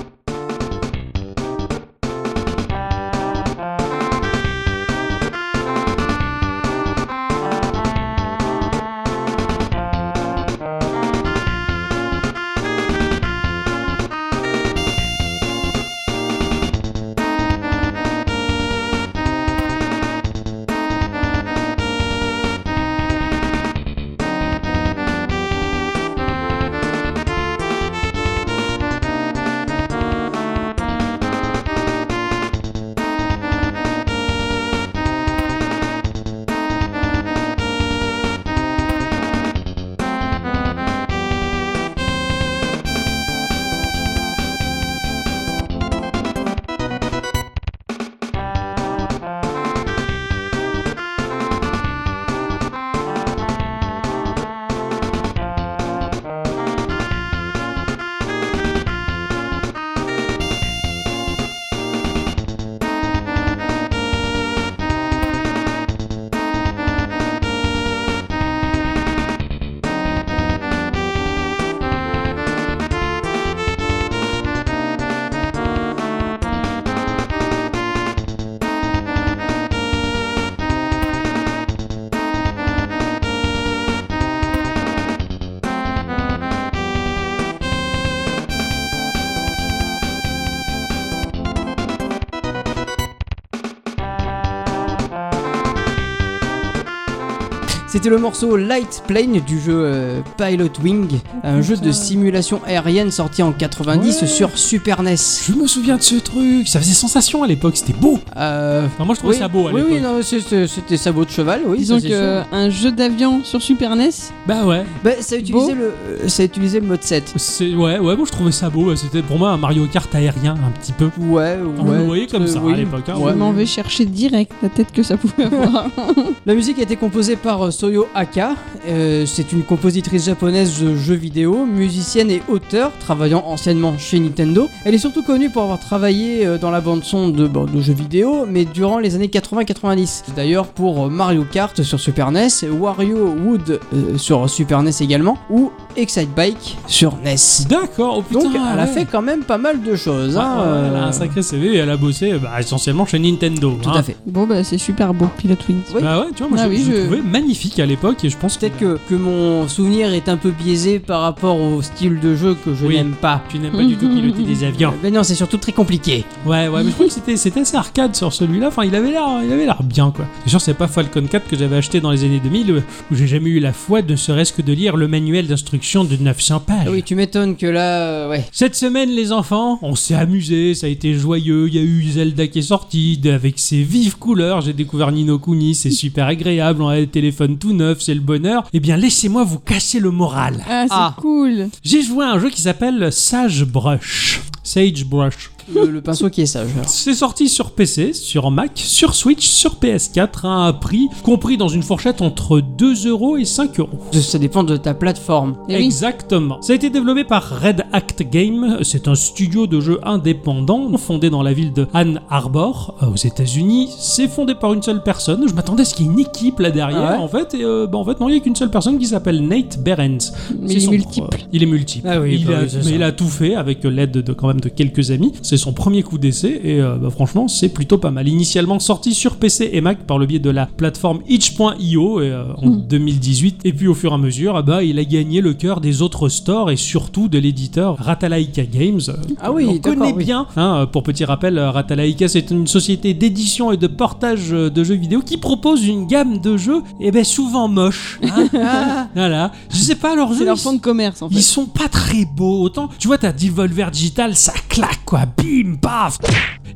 C'était le morceau Light Plane du jeu euh, Pilot Wing, un jeu de simulation aérienne sorti en 90 Ouais. sur Super E NES. Je me souviens de ce truc, ça faisait sensation à l'époque, c'était beau. Euh, Enfin, moi je trouvais oui, ça beau à oui, l'époque. oui, non, c'est- c'est- c'était sabot de cheval, oui. Disons ça, c'est sûr. qu'un jeu d'avion sur Super E NES, Bah ouais, Bah, ça utilisait le, euh, ça utilisait le mode 7. c'est ouais ouais, moi je trouvais ça beau. ouais, C'était pour moi un Mario Kart aérien un petit peu. Ouais, ouais. On le voyait comme euh, ça, oui. à l'époque, hein. je Ouais. m'en vais chercher direct la tête que ça pouvait avoir. La musique a été composée par euh, Soyo Aka. Euh, c'est une compositrice japonaise de jeux vidéo, musicienne et auteure, travaillant anciennement chez Nintendo. Elle est surtout connue pour avoir travaillé euh, dans la bande-son de, bon, de jeux vidéo, mais durant les années 80-90. D'ailleurs pour euh, Mario Kart sur Super NES, Wario Wood euh, sur Super NES également, ou Excite Bike sur NES. D'accord, oh putain. Donc elle a ouais. fait quand même pas mal de choses. Ouais, hein, ouais, elle a euh, un sacré CV et elle a bossé bah, essentiellement chez Nintendo. Tout hein. à fait. bon, bah c'est super beau, Pilot Wings. Oui. Bah ouais, tu vois, moi Ah je, oui, je le je- trouvais magnifique à l'époque et je pense Peut-être que, que mon souvenir est un peu biaisé par rapport au style de jeu que je Oui. n'aime pas. tu n'aimes pas du tout piloter des avions. Ben non, c'est surtout très compliqué. Ouais, ouais, mais je crois que c'était, c'était assez arcade sur celui-là. Enfin, il avait l'air, il avait l'air bien, quoi. C'est sûr, c'est pas Falcon 4 que j'avais acheté dans les années 2000, euh, où j'ai jamais eu la foi, ne serait-ce que de lire le manuel d'instruction de 900 pages. Ah oui, tu m'étonnes que là, euh, ouais. Cette semaine, les enfants, on s'est amusé, ça a été joyeux. Il y a eu Zelda qui est sorti de- avec ses vives couleurs. J'ai découvert Nino Kuni, c'est super agréable. On a le téléphone tout neuf, c'est le bonheur. Eh bien, laissez-moi vous casser le moral. Ah, c'est Ah. cool. J'ai joué à un jeu qui s'appelle Sage Brush. Sage Brush. Le, le pinceau qui est sage. alors. C'est sorti sur PC, sur Mac, sur Switch, sur PS4 à un prix compris dans une fourchette entre 2 euros et 5 euros. Ça dépend de ta plateforme. Eh oui. Exactement. Ça a été développé par Red Act Game. C'est un studio de jeux indépendant fondé dans la ville de Ann Arbor euh, aux États-Unis. C'est fondé par une seule personne. Je m'attendais à ce qu'il y ait une équipe là derrière Ah ouais en fait. Et euh, bah, en fait non, il n'y a qu'une seule personne qui s'appelle Nate Behrens. Mais C'est il est son- multiple. il est multiple. Ah oui, il bah a, oui, c'est mais ça. il a tout fait avec l'aide de quand même de quelques amis. C'est son premier coup d'essai et euh, bah, franchement, c'est plutôt pas mal. Initialement sorti sur PC et Mac par le biais de la plateforme itch.io et, euh, Hmm. en 2018 et puis au fur et à mesure, ah bah il a gagné le cœur des autres stores et surtout de l'éditeur Ratalaika Games. euh, Ah oui, on d'accord, connaît oui. bien. hein, euh, pour petit rappel, euh, Ratalaika c'est une société d'édition et de portage euh, de jeux vidéo qui propose une gamme de jeux et ben souvent moches. hein. Ah, voilà. Je sais pas leur jeu. C'est leur fond de commerce en Ils fait. sont pas très beaux. Autant, tu vois, t'as Devolver Digital, ça claque quoi, bim, paf.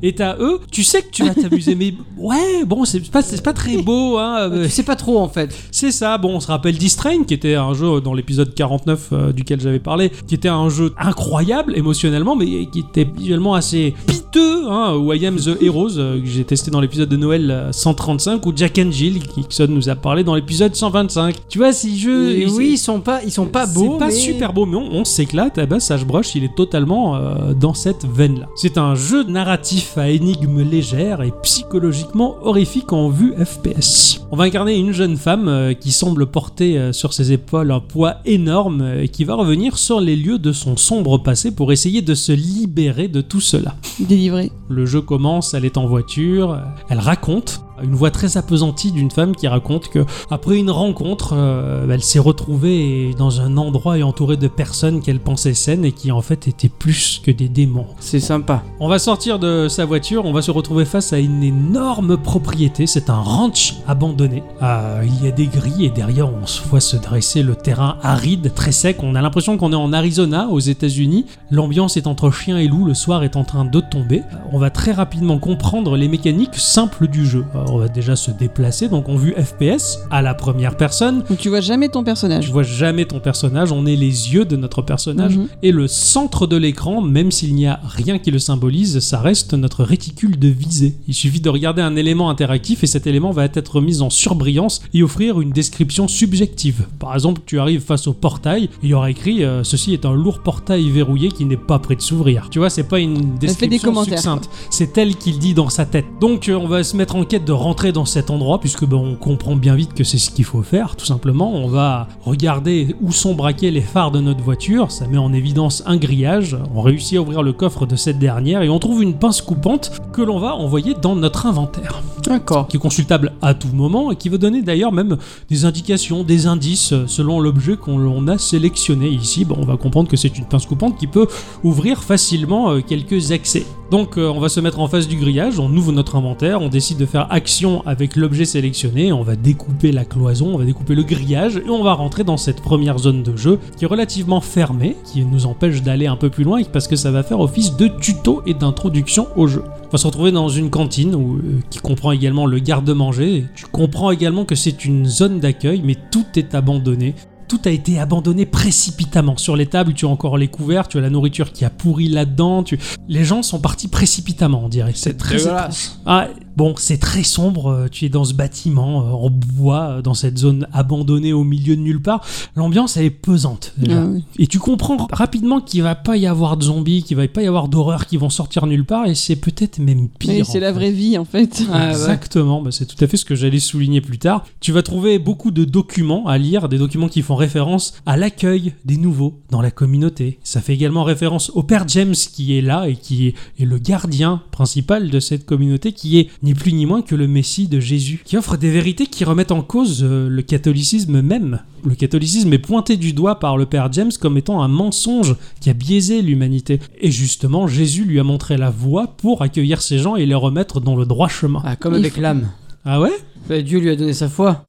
Et t'as eux, tu sais que tu vas t'amuser, mais ouais, bon, c'est pas, c'est pas très beau, hein. euh, tu sais pas trop en fait. C'est ça, bon, on se rappelle Distrain, qui était un jeu dans l'épisode 49 euh, duquel j'avais parlé, qui était un jeu incroyable émotionnellement, mais qui était visuellement assez piteux, hein, ou I Am the Heroes, euh, que j'ai testé dans l'épisode de Noël euh, 135, ou Jack and Jill, qu'Ixon nous a parlé dans l'épisode 125. Tu vois, ces jeux. Et Euh, ils- oui, ils sont pas, ils sont pas beaux. c'est pas mais- super beau, mais on, on s'éclate. Ah bah, Sage Brush, il est totalement euh, dans cette veine-là. C'est un jeu narratif à énigmes légères et psychologiquement horrifique en vue FPS. On va incarner une jeune femme euh, qui semble porter euh, sur ses épaules un poids énorme euh, et qui va revenir sur les lieux de son sombre passé pour essayer de se libérer de tout cela. Délivré. Le jeu commence, elle est en voiture, euh, elle raconte une voix très appesantie d'une femme qui raconte que après une rencontre, euh, elle s'est retrouvée dans un endroit et entourée de personnes qu'elle pensait saines et qui en fait étaient plus que des démons. C'est sympa. On va sortir de sa voiture, on va se retrouver face à une énorme propriété, c'est un ranch abandonné. Euh, il y a des grilles et derrière on se voit se dresser le terrain aride, très sec, on a l'impression qu'on est en Arizona aux États-Unis, l'ambiance est entre chien et loup, le soir est en train de tomber. Euh, On va très rapidement comprendre les mécaniques simples du jeu. Euh, on va déjà se déplacer, donc on vue FPS à la première personne, Donc tu vois jamais ton tu personnage. vois jamais ton personnage, on est les yeux de notre personnage. Mhm. Et le centre de l'écran, même s'il n'y a rien qui le symbolise, ça reste notre réticule de visée. Il suffit de regarder un élément interactif et cet élément va être mis en surbrillance et offrir une description subjective. Par exemple, tu arrives face au portail, il y aura écrit euh, Ceci est un lourd portail verrouillé qui n'est pas prêt de s'ouvrir. Tu vois, c'est pas une Elle fait des description commentaires, succincte. C'est elle qui le dit dans sa tête. Donc euh, on va se mettre en quête de rentrer dans cet endroit puisque ben, on comprend bien vite que c'est ce qu'il faut faire. Tout simplement, on va regarder où sont braqués les phares de notre voiture. Ça met en évidence un grillage. On réussit à ouvrir le coffre de cette dernière et on trouve une pince coupante que l'on va envoyer dans notre inventaire, D'accord. qui est consultable à tout moment et qui va donner d'ailleurs même des indications, des indices euh, selon l'objet qu'on l'on a sélectionné. Ici, ben, on va comprendre que c'est une pince coupante qui peut ouvrir facilement euh, quelques accès. Donc euh, on va se mettre en face du grillage, on ouvre notre inventaire, on décide de faire action action avec l'objet sélectionné, on va découper la cloison, on va découper le grillage et on va rentrer dans cette première zone de jeu qui est relativement fermée, qui nous empêche d'aller un peu plus loin parce que ça va faire office de tuto et d'introduction au jeu. On va se retrouver dans une cantine où, euh, qui comprend également le garde-manger. et Tu comprends également que c'est une zone d'accueil, mais tout est abandonné tout a été abandonné précipitamment. Sur les tables, tu as encore les couverts, tu as la nourriture qui a pourri là-dedans. Tu... Les gens sont partis précipitamment, on dirait. C'est très dégueulasse. étrange. Ah, bon, c'est très sombre. euh, Tu es dans ce bâtiment euh, en bois, euh, dans cette zone abandonnée au milieu de nulle part. L'ambiance, elle est pesante. déjà. Ah oui. Et tu comprends rapidement qu'il va pas y avoir de zombies, qu'il va pas y avoir d'horreurs qui vont sortir nulle part. Et c'est peut-être même pire. Oui, en c'est la fait. vraie vie en fait. Ah, ouais. Exactement, bah, c'est tout à fait ce que j'allais souligner plus tard. Tu vas trouver beaucoup de documents à lire, des documents qui font référence à l'accueil des nouveaux dans la communauté. Ça fait également référence au père James qui est là et qui est, est le gardien principal de cette communauté qui est ni plus ni moins que le Messie de Jésus, qui offre des vérités qui remettent en cause euh, le catholicisme même. Le catholicisme est pointé du doigt par le père James comme étant un mensonge qui a biaisé l'humanité. Et justement, Jésus lui a montré la voie pour accueillir ces gens et les remettre dans le droit chemin. Ah, comme Il avec faut- l'âme. Ah ouais Bah, Dieu lui a donné sa foi.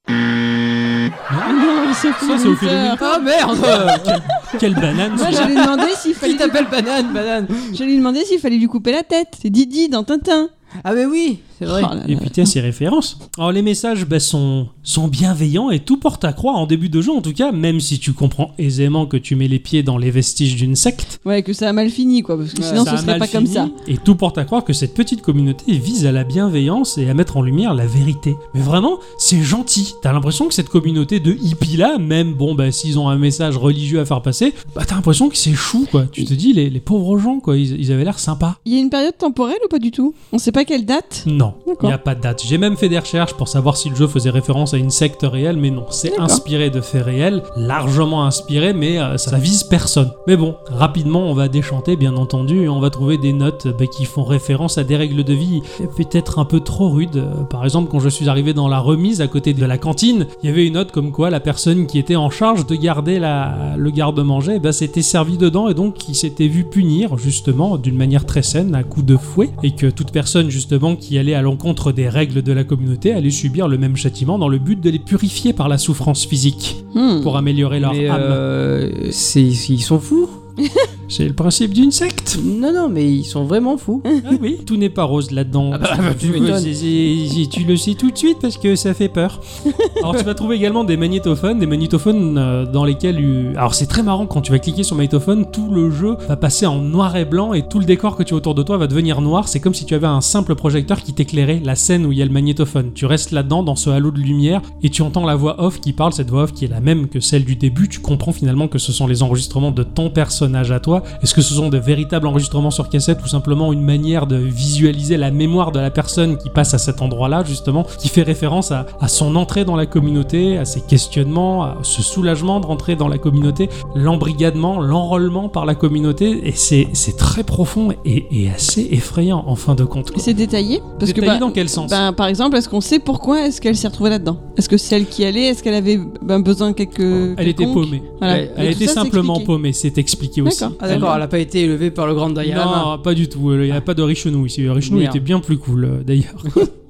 non, c'est Ça, c'est au Philippines. Ah merde Quelle banane Moi, je lui ai demandé s'il fallait, Qui t'appelle banane, banane je lui ai demandé s'il fallait lui couper la tête. C'est Didi dans Tintin. Ah mais oui, c'est vrai. Oh là Et là. puis tiens, ces références. Alors les messages bah, sont, sont bienveillants et tout porte à croire en début de jeu en tout cas, même si tu comprends aisément que tu mets les pieds dans les vestiges d'une secte. Ouais, que ça a mal fini quoi, parce que Ouais, sinon ça ce a serait mal pas fini, comme ça. Et tout porte à croire que cette petite communauté vise à la bienveillance et à mettre en lumière la vérité. Mais vraiment, c'est gentil. T'as l'impression que cette communauté de hippies là, même bon, bah s'ils ont un message religieux à faire passer, bah t'as l'impression que c'est chou quoi. Tu te dis, les, les pauvres gens quoi, ils, ils avaient l'air sympas. Il y a une période temporelle ou pas du tout On sait pas quelle date Non, il D'accord. n'y a pas de date. J'ai même fait des recherches pour savoir si le jeu faisait référence à une secte réelle, mais non, c'est D'accord. inspiré de faits réels, largement inspiré, mais euh, ça vise personne. Mais bon, rapidement, on va déchanter, bien entendu, et on va trouver des notes euh, bah, qui font référence à des règles de vie euh, peut-être un peu trop rudes. Euh, Par exemple, quand je suis arrivé dans la remise à côté de la cantine, il y avait une note comme quoi la personne qui était en charge de garder la, le garde-manger eh ben, s'était servi dedans et donc il s'était vu punir justement d'une manière très saine à coups de fouet et que toute personne justement qui allait à l'encontre des règles de la communauté allait subir le même châtiment dans le but de les purifier par la souffrance physique Hmm. pour améliorer leur Mais âme. euh, c'est- ils sont fous. C'est le principe d'une secte. Non, non, mais ils sont vraiment fous. Ah oui, tout n'est pas rose là-dedans. Ah bah, bah, tu m'étonnes. C'est- c'est- c'est- tu le sais tout de suite parce que ça fait peur. Alors tu vas trouver également des magnétophones, des magnétophones euh, dans lesquels... euh, Alors c'est très marrant quand tu vas cliquer sur magnétophone, tout le jeu va passer en noir et blanc et tout le décor que tu as autour de toi va devenir noir. C'est comme si tu avais un simple projecteur qui t'éclairait la scène où il y a le magnétophone. Tu restes là-dedans dans ce halo de lumière et tu entends la voix off qui parle, cette voix off qui est la même que celle du début. Tu comprends finalement que ce sont les enregistrements de ton personnage à toi. Est-ce que ce sont de véritables enregistrements sur cassette ou simplement une manière de visualiser la mémoire de la personne qui passe à cet endroit-là, justement, qui fait référence à, à son entrée dans la communauté, à ses questionnements, à ce soulagement de rentrer dans la communauté, l'embrigadement, l'enrôlement par la communauté. Et c'est c'est très profond et, et assez effrayant en fin de compte. Et C'est détaillé Parce Détaillé que bah, dans quel sens ben, par exemple, est-ce qu'on sait pourquoi est-ce qu'elle s'est retrouvée là-dedans Est-ce que celle qui allait, est-ce qu'elle avait ben, besoin de quelque Elle était quelconque paumée. Voilà. Ouais, Elle Et tout était ça, c'est simplement expliqué. paumée, c'est expliqué aussi. D'accord. Ah d'accord, elle a pas été élevée par le grand Dayama. Non, pas du tout. Il n'y a pas de Richelieu ici. Richelieu Merde. était bien plus cool, euh, d'ailleurs.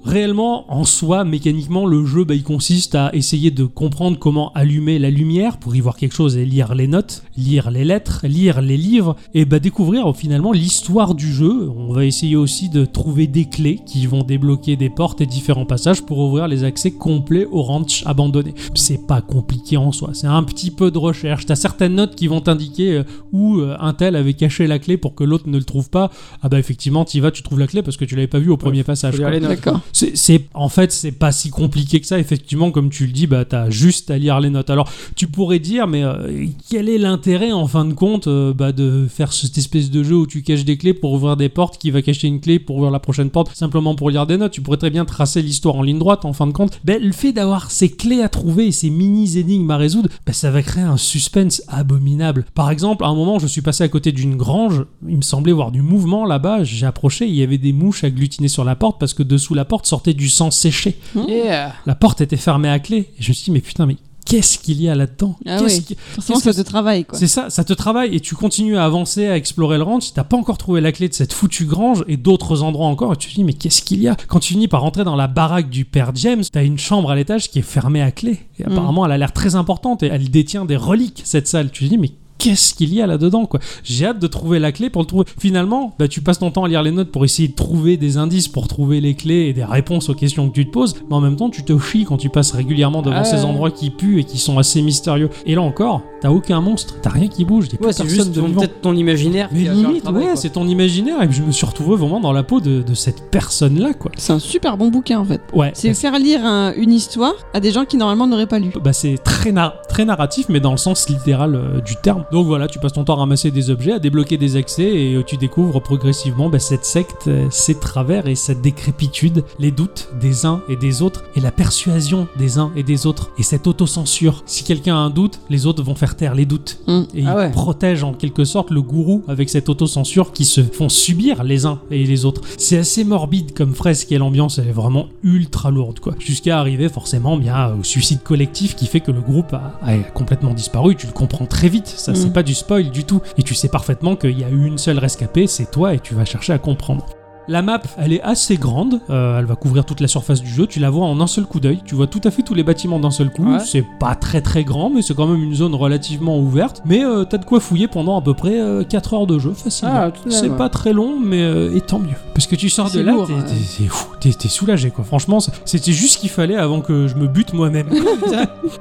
Réellement, en soi, mécaniquement, le jeu, bah, il consiste à essayer de comprendre comment allumer la lumière pour y voir quelque chose et lire les notes, lire les lettres, lire les livres et bah, découvrir euh, finalement l'histoire du jeu. On va essayer aussi de trouver des clés qui vont débloquer des portes et différents passages pour ouvrir les accès complets au ranch abandonné. C'est pas compliqué en soi, c'est un petit peu de recherche. T'as certaines notes qui vont t'indiquer euh, où euh, un tel avait caché la clé pour que l'autre ne le trouve pas. Ah bah effectivement, t'y vas, tu trouves la clé parce que tu l'avais pas vu au premier passage. faut lire quoi. les notes. D'accord. C'est, c'est- en fait, c'est pas si compliqué que ça. Effectivement, comme tu le dis, bah, t'as juste à lire les notes. Alors, tu pourrais dire, mais euh, quel est l'intérêt, en fin de compte, euh, bah, de faire cette espèce de jeu où tu caches des clés pour ouvrir des portes, qui va cacher une clé pour ouvrir la prochaine porte, simplement pour lire des notes Tu pourrais très bien tracer l'histoire en ligne droite, en fin de compte. Ben, le fait d'avoir ces clés à trouver et ces mini-énigmes à résoudre, bah, ça va créer un suspense abominable. Par exemple, à un moment, je suis passé à côté d'une grange, il me semblait voir du mouvement là-bas, j'ai approché, il y avait des mouches agglutinées sur la porte parce que dessous la porte sortait du sang séché. Yeah. La porte était fermée à clé. Et je me suis dit, mais putain, mais qu'est-ce qu'il y a là-dedans Ah Qu'est-ce oui. qui- Forcément, qu'est-ce ça que te travaille, quoi. C'est ça, ça te travaille et tu continues à avancer, à explorer le ranch. T'as pas encore trouvé la clé de cette foutue grange et d'autres endroits encore. Et tu te dis, mais qu'est-ce qu'il y a Quand tu finis par rentrer dans la baraque du père James, t'as une chambre à l'étage qui est fermée à clé. Et Mm. apparemment, elle a l'air très importante et elle détient des reliques, cette salle. Tu te dis, mais qu'est-ce qu'il y a là-dedans quoi J'ai hâte de trouver la clé pour le trouver. Finalement, bah, tu passes ton temps à lire les notes pour essayer de trouver des indices, pour trouver les clés et des réponses aux questions que tu te poses, mais en même temps, tu te chies quand tu passes régulièrement devant Ah. ces endroits qui puent et qui sont assez mystérieux. Et là encore, t'as aucun monstre, t'as rien qui bouge, t'as plus Ouais, c'est personne juste de ton- vivant. peut-être ton imaginaire. Mais qui va faire le limite, travail, ouais, quoi. c'est ton imaginaire, et puis je me suis retrouvé vraiment dans la peau de, de cette personne-là, quoi. C'est un super bon bouquin, en fait. Ouais. C'est faire lire un- une histoire à des gens qui normalement n'auraient pas lu. bah, c'est très, nar- très narratif, mais dans le sens littéral euh, du terme. Donc voilà, tu passes ton temps à ramasser des objets, à débloquer des accès, et euh, tu découvres progressivement bah, cette secte, euh, ses travers et sa décrépitude, les doutes des uns et des autres, et la persuasion des uns et des autres, et cette autocensure. Si quelqu'un a un doute, les autres vont faire taire les doutes. Mm. Et Ah ils ouais. protègent en quelque sorte le gourou avec cette autocensure qui se font subir les uns et les autres. C'est assez morbide comme fresque et l'ambiance elle est vraiment ultra lourde quoi. Jusqu'à arriver forcément bien au suicide collectif qui fait que le groupe a, a complètement disparu. Tu le comprends très vite, ça c'est Mm. pas du spoil du tout. Et tu sais parfaitement qu'il y a eu une seule rescapée, c'est toi et tu vas chercher à comprendre. La map, elle est assez grande, euh, elle va couvrir toute la surface du jeu, tu la vois en un seul coup d'œil, tu vois tout à fait tous les bâtiments d'un seul coup, Ouais. c'est pas très très grand, mais c'est quand même une zone relativement ouverte, mais euh, t'as de quoi fouiller pendant à peu près 4 heures de jeu, facilement. Ah, tout de même, c'est ouais. pas très long, mais euh, et tant mieux. hein. Parce que tu sors de C'est là, lourd, t'es- ouais. t'es- t'es fou, t'es- t'es soulagé, quoi. Franchement, c'est- c'était juste ce qu'il fallait avant que je me bute moi-même.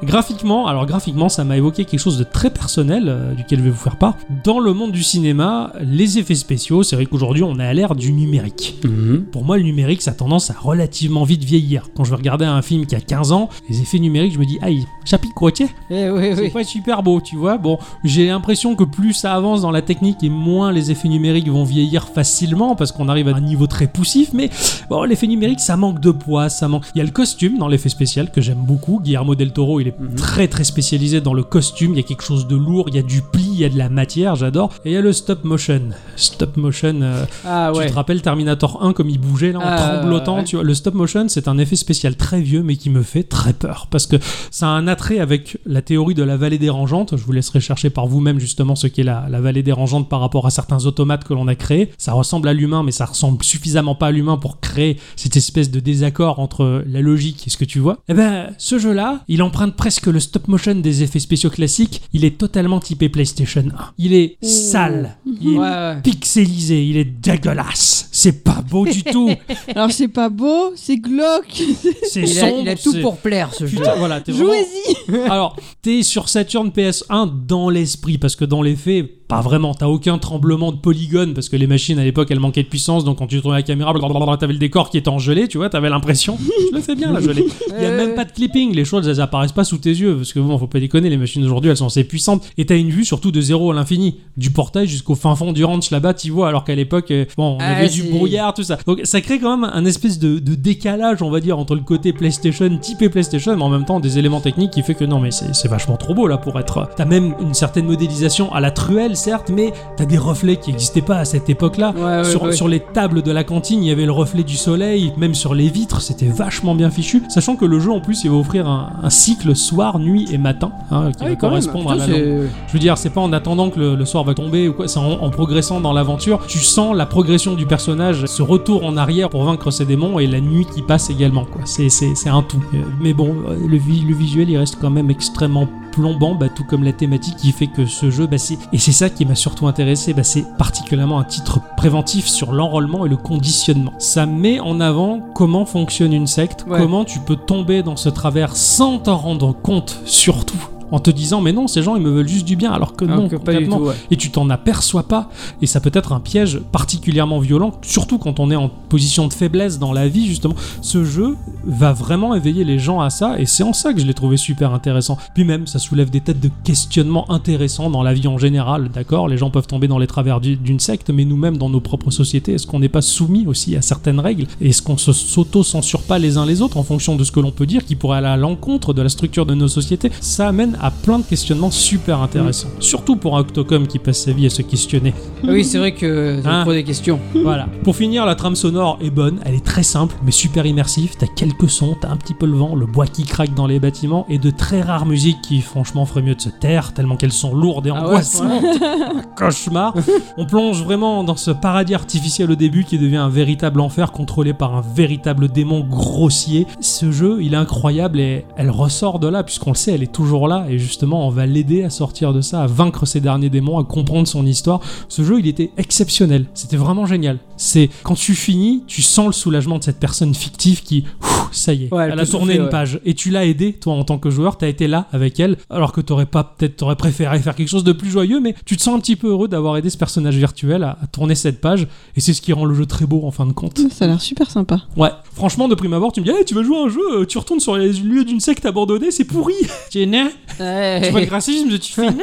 graphiquement, alors graphiquement, ça m'a évoqué quelque chose de très personnel, euh, duquel je vais vous faire part. Dans le monde du cinéma, les effets spéciaux, c'est vrai qu'aujourd'hui, on est à l'ère du numérique. Mhm. Pour moi, le numérique, ça a tendance à relativement vite vieillir. Quand je vais regarder un film qui a 15 ans, les effets numériques, je me dis, aïe, chapitre côté, Eh oui, c'est oui. pas super beau, tu vois. Bon, j'ai l'impression que plus ça avance dans la technique et moins les effets numériques vont vieillir facilement parce qu'on arrive à un niveau très poussif, mais bon, l'effet numérique, ça manque de poids, ça manque. Il y a le costume dans l'effet spécial que j'aime beaucoup. Guillermo del Toro, il est Mhm. très très spécialisé dans le costume. Il y a quelque chose de lourd, il y a du pli, il y a de la matière, j'adore. Et il y a le stop motion. Stop motion. euh, Ah ouais. tu te rappelles Terminator 1 comme il bougeait là en Ah, tremblotant, ouais. tu vois. Le stop motion, c'est un effet spécial très vieux mais qui me fait très peur parce que ça a un attrait avec la théorie de la vallée dérangeante. Je vous laisserai chercher par vous-même justement ce qu'est la, la vallée dérangeante par rapport à certains automates que l'on a créés. Ça ressemble à l'humain mais ça ressemble suffisamment pas à l'humain pour créer cette espèce de désaccord entre la logique et ce que tu vois. Eh ben, ce jeu-là, il emprunte presque le stop motion des effets spéciaux classiques. Il est totalement typé PlayStation 1. Il est sale. Il est Ouais, ouais. pixelisé, il est dégueulasse. C'est pas beau du tout. Alors c'est pas beau, c'est glauque. C'est Il, a, sombre. il a tout c'est- pour plaire ce jeu. Putain, voilà, t'es vraiment- Jouez-y. Alors, t'es sur Saturn PS1 dans l'esprit, parce que dans les faits, pas vraiment. T'as aucun tremblement de polygone, parce que les machines à l'époque, elles manquaient de puissance, donc quand tu tournais la caméra, blablabla, t'avais le décor qui était en gelée, tu vois, t'avais l'impression. Je le fais bien, la gelée. Il y a Ouais, même ouais. pas de clipping, les choses, elles apparaissent pas sous tes yeux, parce que bon, faut pas déconner, les machines aujourd'hui, elles sont assez puissantes, et t'as une vue surtout de zéro à l'infini. Du portail jusqu'au fin fond du ranch là-bas, t'y vois, alors qu'à l'époque, euh, bon, on Ah, avait du c'est- brouillard, tout ça. Donc ça crée quand même un espèce de, de décalage, on va dire, entre le côté PlayStation, typé PlayStation, mais en même temps des éléments techniques qui fait que non, mais c'est c'est vachement trop beau là pour être. T'as même une certaine modélisation à la truelle, certes, mais t'as des reflets qui n'existaient pas à cette époque-là. Ouais, ouais, sur, ouais. sur les tables de la cantine, il y avait le reflet du soleil, même sur les vitres, c'était vachement bien fichu. Sachant que le jeu en plus, il va offrir un, un cycle soir, nuit et matin, hein, qui Ah va oui, quand même. correspondre à Putain, la longue- c'est- je veux dire, c'est pas en attendant que le, le soir va tomber ou quoi, c'est en, en progressant dans l'aventure. Tu sens la progression du personnage, ce retour en arrière pour vaincre ses démons et la nuit qui passe également, quoi. C'est, c'est, c'est un tout. Euh, Mais bon, euh, le, vi- le visuel, il reste quand même extrêmement plombant, bah, tout comme la thématique qui fait que ce jeu, bah, c'est, et c'est ça qui m'a surtout intéressé, bah, c'est particulièrement un titre préventif sur l'enrôlement et le conditionnement. Ça met en avant comment fonctionne une secte, Ouais. comment tu peux tomber dans ce travers sans t'en rendre compte, surtout. En te disant, mais non, ces gens, ils me veulent juste du bien, alors que non, Non, Ah, que pas du complètement. tout, ouais. Et tu t'en aperçois pas. Et ça peut être un piège particulièrement violent, surtout quand on est en position de faiblesse dans la vie, justement. Ce jeu va vraiment éveiller les gens à ça, et c'est en ça que je l'ai trouvé super intéressant. Puis même, ça soulève des têtes de questionnement intéressants dans la vie en général, d'accord Les gens peuvent tomber dans les travers du- d'une secte, mais nous-mêmes, dans nos propres sociétés, est-ce qu'on n'est pas soumis aussi à certaines règles Est-ce qu'on se s'auto-censure pas les uns les autres en fonction de ce que l'on peut dire qui pourrait aller à l'encontre de la structure de nos sociétés Ça amène à plein de questionnements super intéressants. Surtout pour un Octocom qui passe sa vie à se questionner. Ah oui, c'est vrai que ça Hein me pose des questions. Voilà. Pour finir, la trame sonore est bonne, elle est très simple, mais super immersive. T'as quelques sons, t'as un petit peu le vent, le bois qui craque dans les bâtiments, et de très rares musiques qui, franchement, feraient mieux de se taire, tellement qu'elles sont lourdes et Ah ouais, angoissantes. Un Cauchemar. On plonge vraiment dans ce paradis artificiel au début qui devient un véritable enfer contrôlé par un véritable démon grossier. Ce jeu, il est incroyable et elle ressort de là, puisqu'on le sait, elle est toujours là, et justement, on va l'aider à sortir de ça, à vaincre ses derniers démons, à comprendre son histoire. Ce jeu, il était exceptionnel. C'était vraiment génial. C'est quand tu finis, tu sens le soulagement de cette personne fictive qui, ouf, ça y est, Ouais, elle elle peut a tourné souffler, une ouais. page. Et tu l'as aidé, toi, en tant que joueur, t'as été là avec elle, alors que t'aurais pas, peut-être, t'aurais préféré faire quelque chose de plus joyeux, mais tu te sens un petit peu heureux d'avoir aidé ce personnage virtuel à, à tourner cette page. Et c'est ce qui rend le jeu très beau en fin de compte. Ça a l'air super sympa. Ouais. Franchement, de prime abord, tu me dis, Eh, tu vas jouer à un jeu, euh, tu retournes sur les lieux d'une secte abandonnée, c'est pourri. Tu es né. Tu vois le racisme, tu fais né.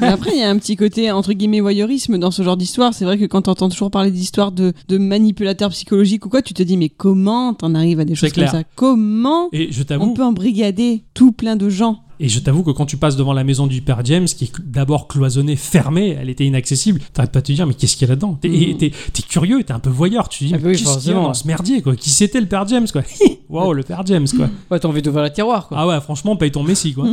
Mais après, il y a un petit côté entre guillemets voyeurisme dans ce genre d'histoire. C'est vrai que quand t'entends toujours parler d'histoires de, de manipulateurs psychologiques ou quoi, tu te dis mais comment t'en arrives à des C'est choses comme clair. ça Comment Et je on t'avoue, peut embrigader tout plein de gens Et je t'avoue que quand tu passes devant la maison du père James, qui est cl- d'abord cloisonnée, fermée, elle était inaccessible, t'arrêtes pas de te dire, mais qu'est-ce qu'il y a là-dedans T'es Mhm. et t'es- t'es curieux, t'es un peu voyeur, tu te dis, Ah mais bah oui, qu'est-ce qu'il y a forcément. dans ce merdier, quoi Qui c'était le père James, quoi Waouh, le père James, quoi Ouais, t'as envie d'ouvrir le tiroir, quoi. Ah ouais, franchement, paye ton Messi, quoi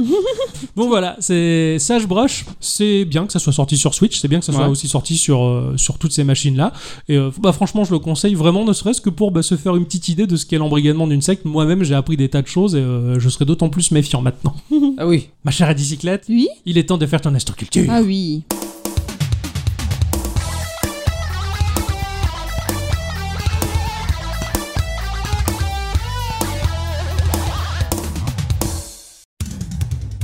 Bon voilà, c'est Sage Brush, c'est bien que ça soit sorti sur Switch, c'est bien que ça soit Ouais. aussi sorti sur, euh, sur toutes ces machines-là, et euh, bah, franchement, je le conseille vraiment, ne serait-ce que pour bah, se faire une petite idée de ce qu'est l'embrigadement d'une secte. Moi-même, j'ai appris des tas de choses, et euh, je serai d'autant plus méfiant maintenant. Ah oui. Ma chère à bicyclette Oui il est temps de faire ton astroculture. Ah oui.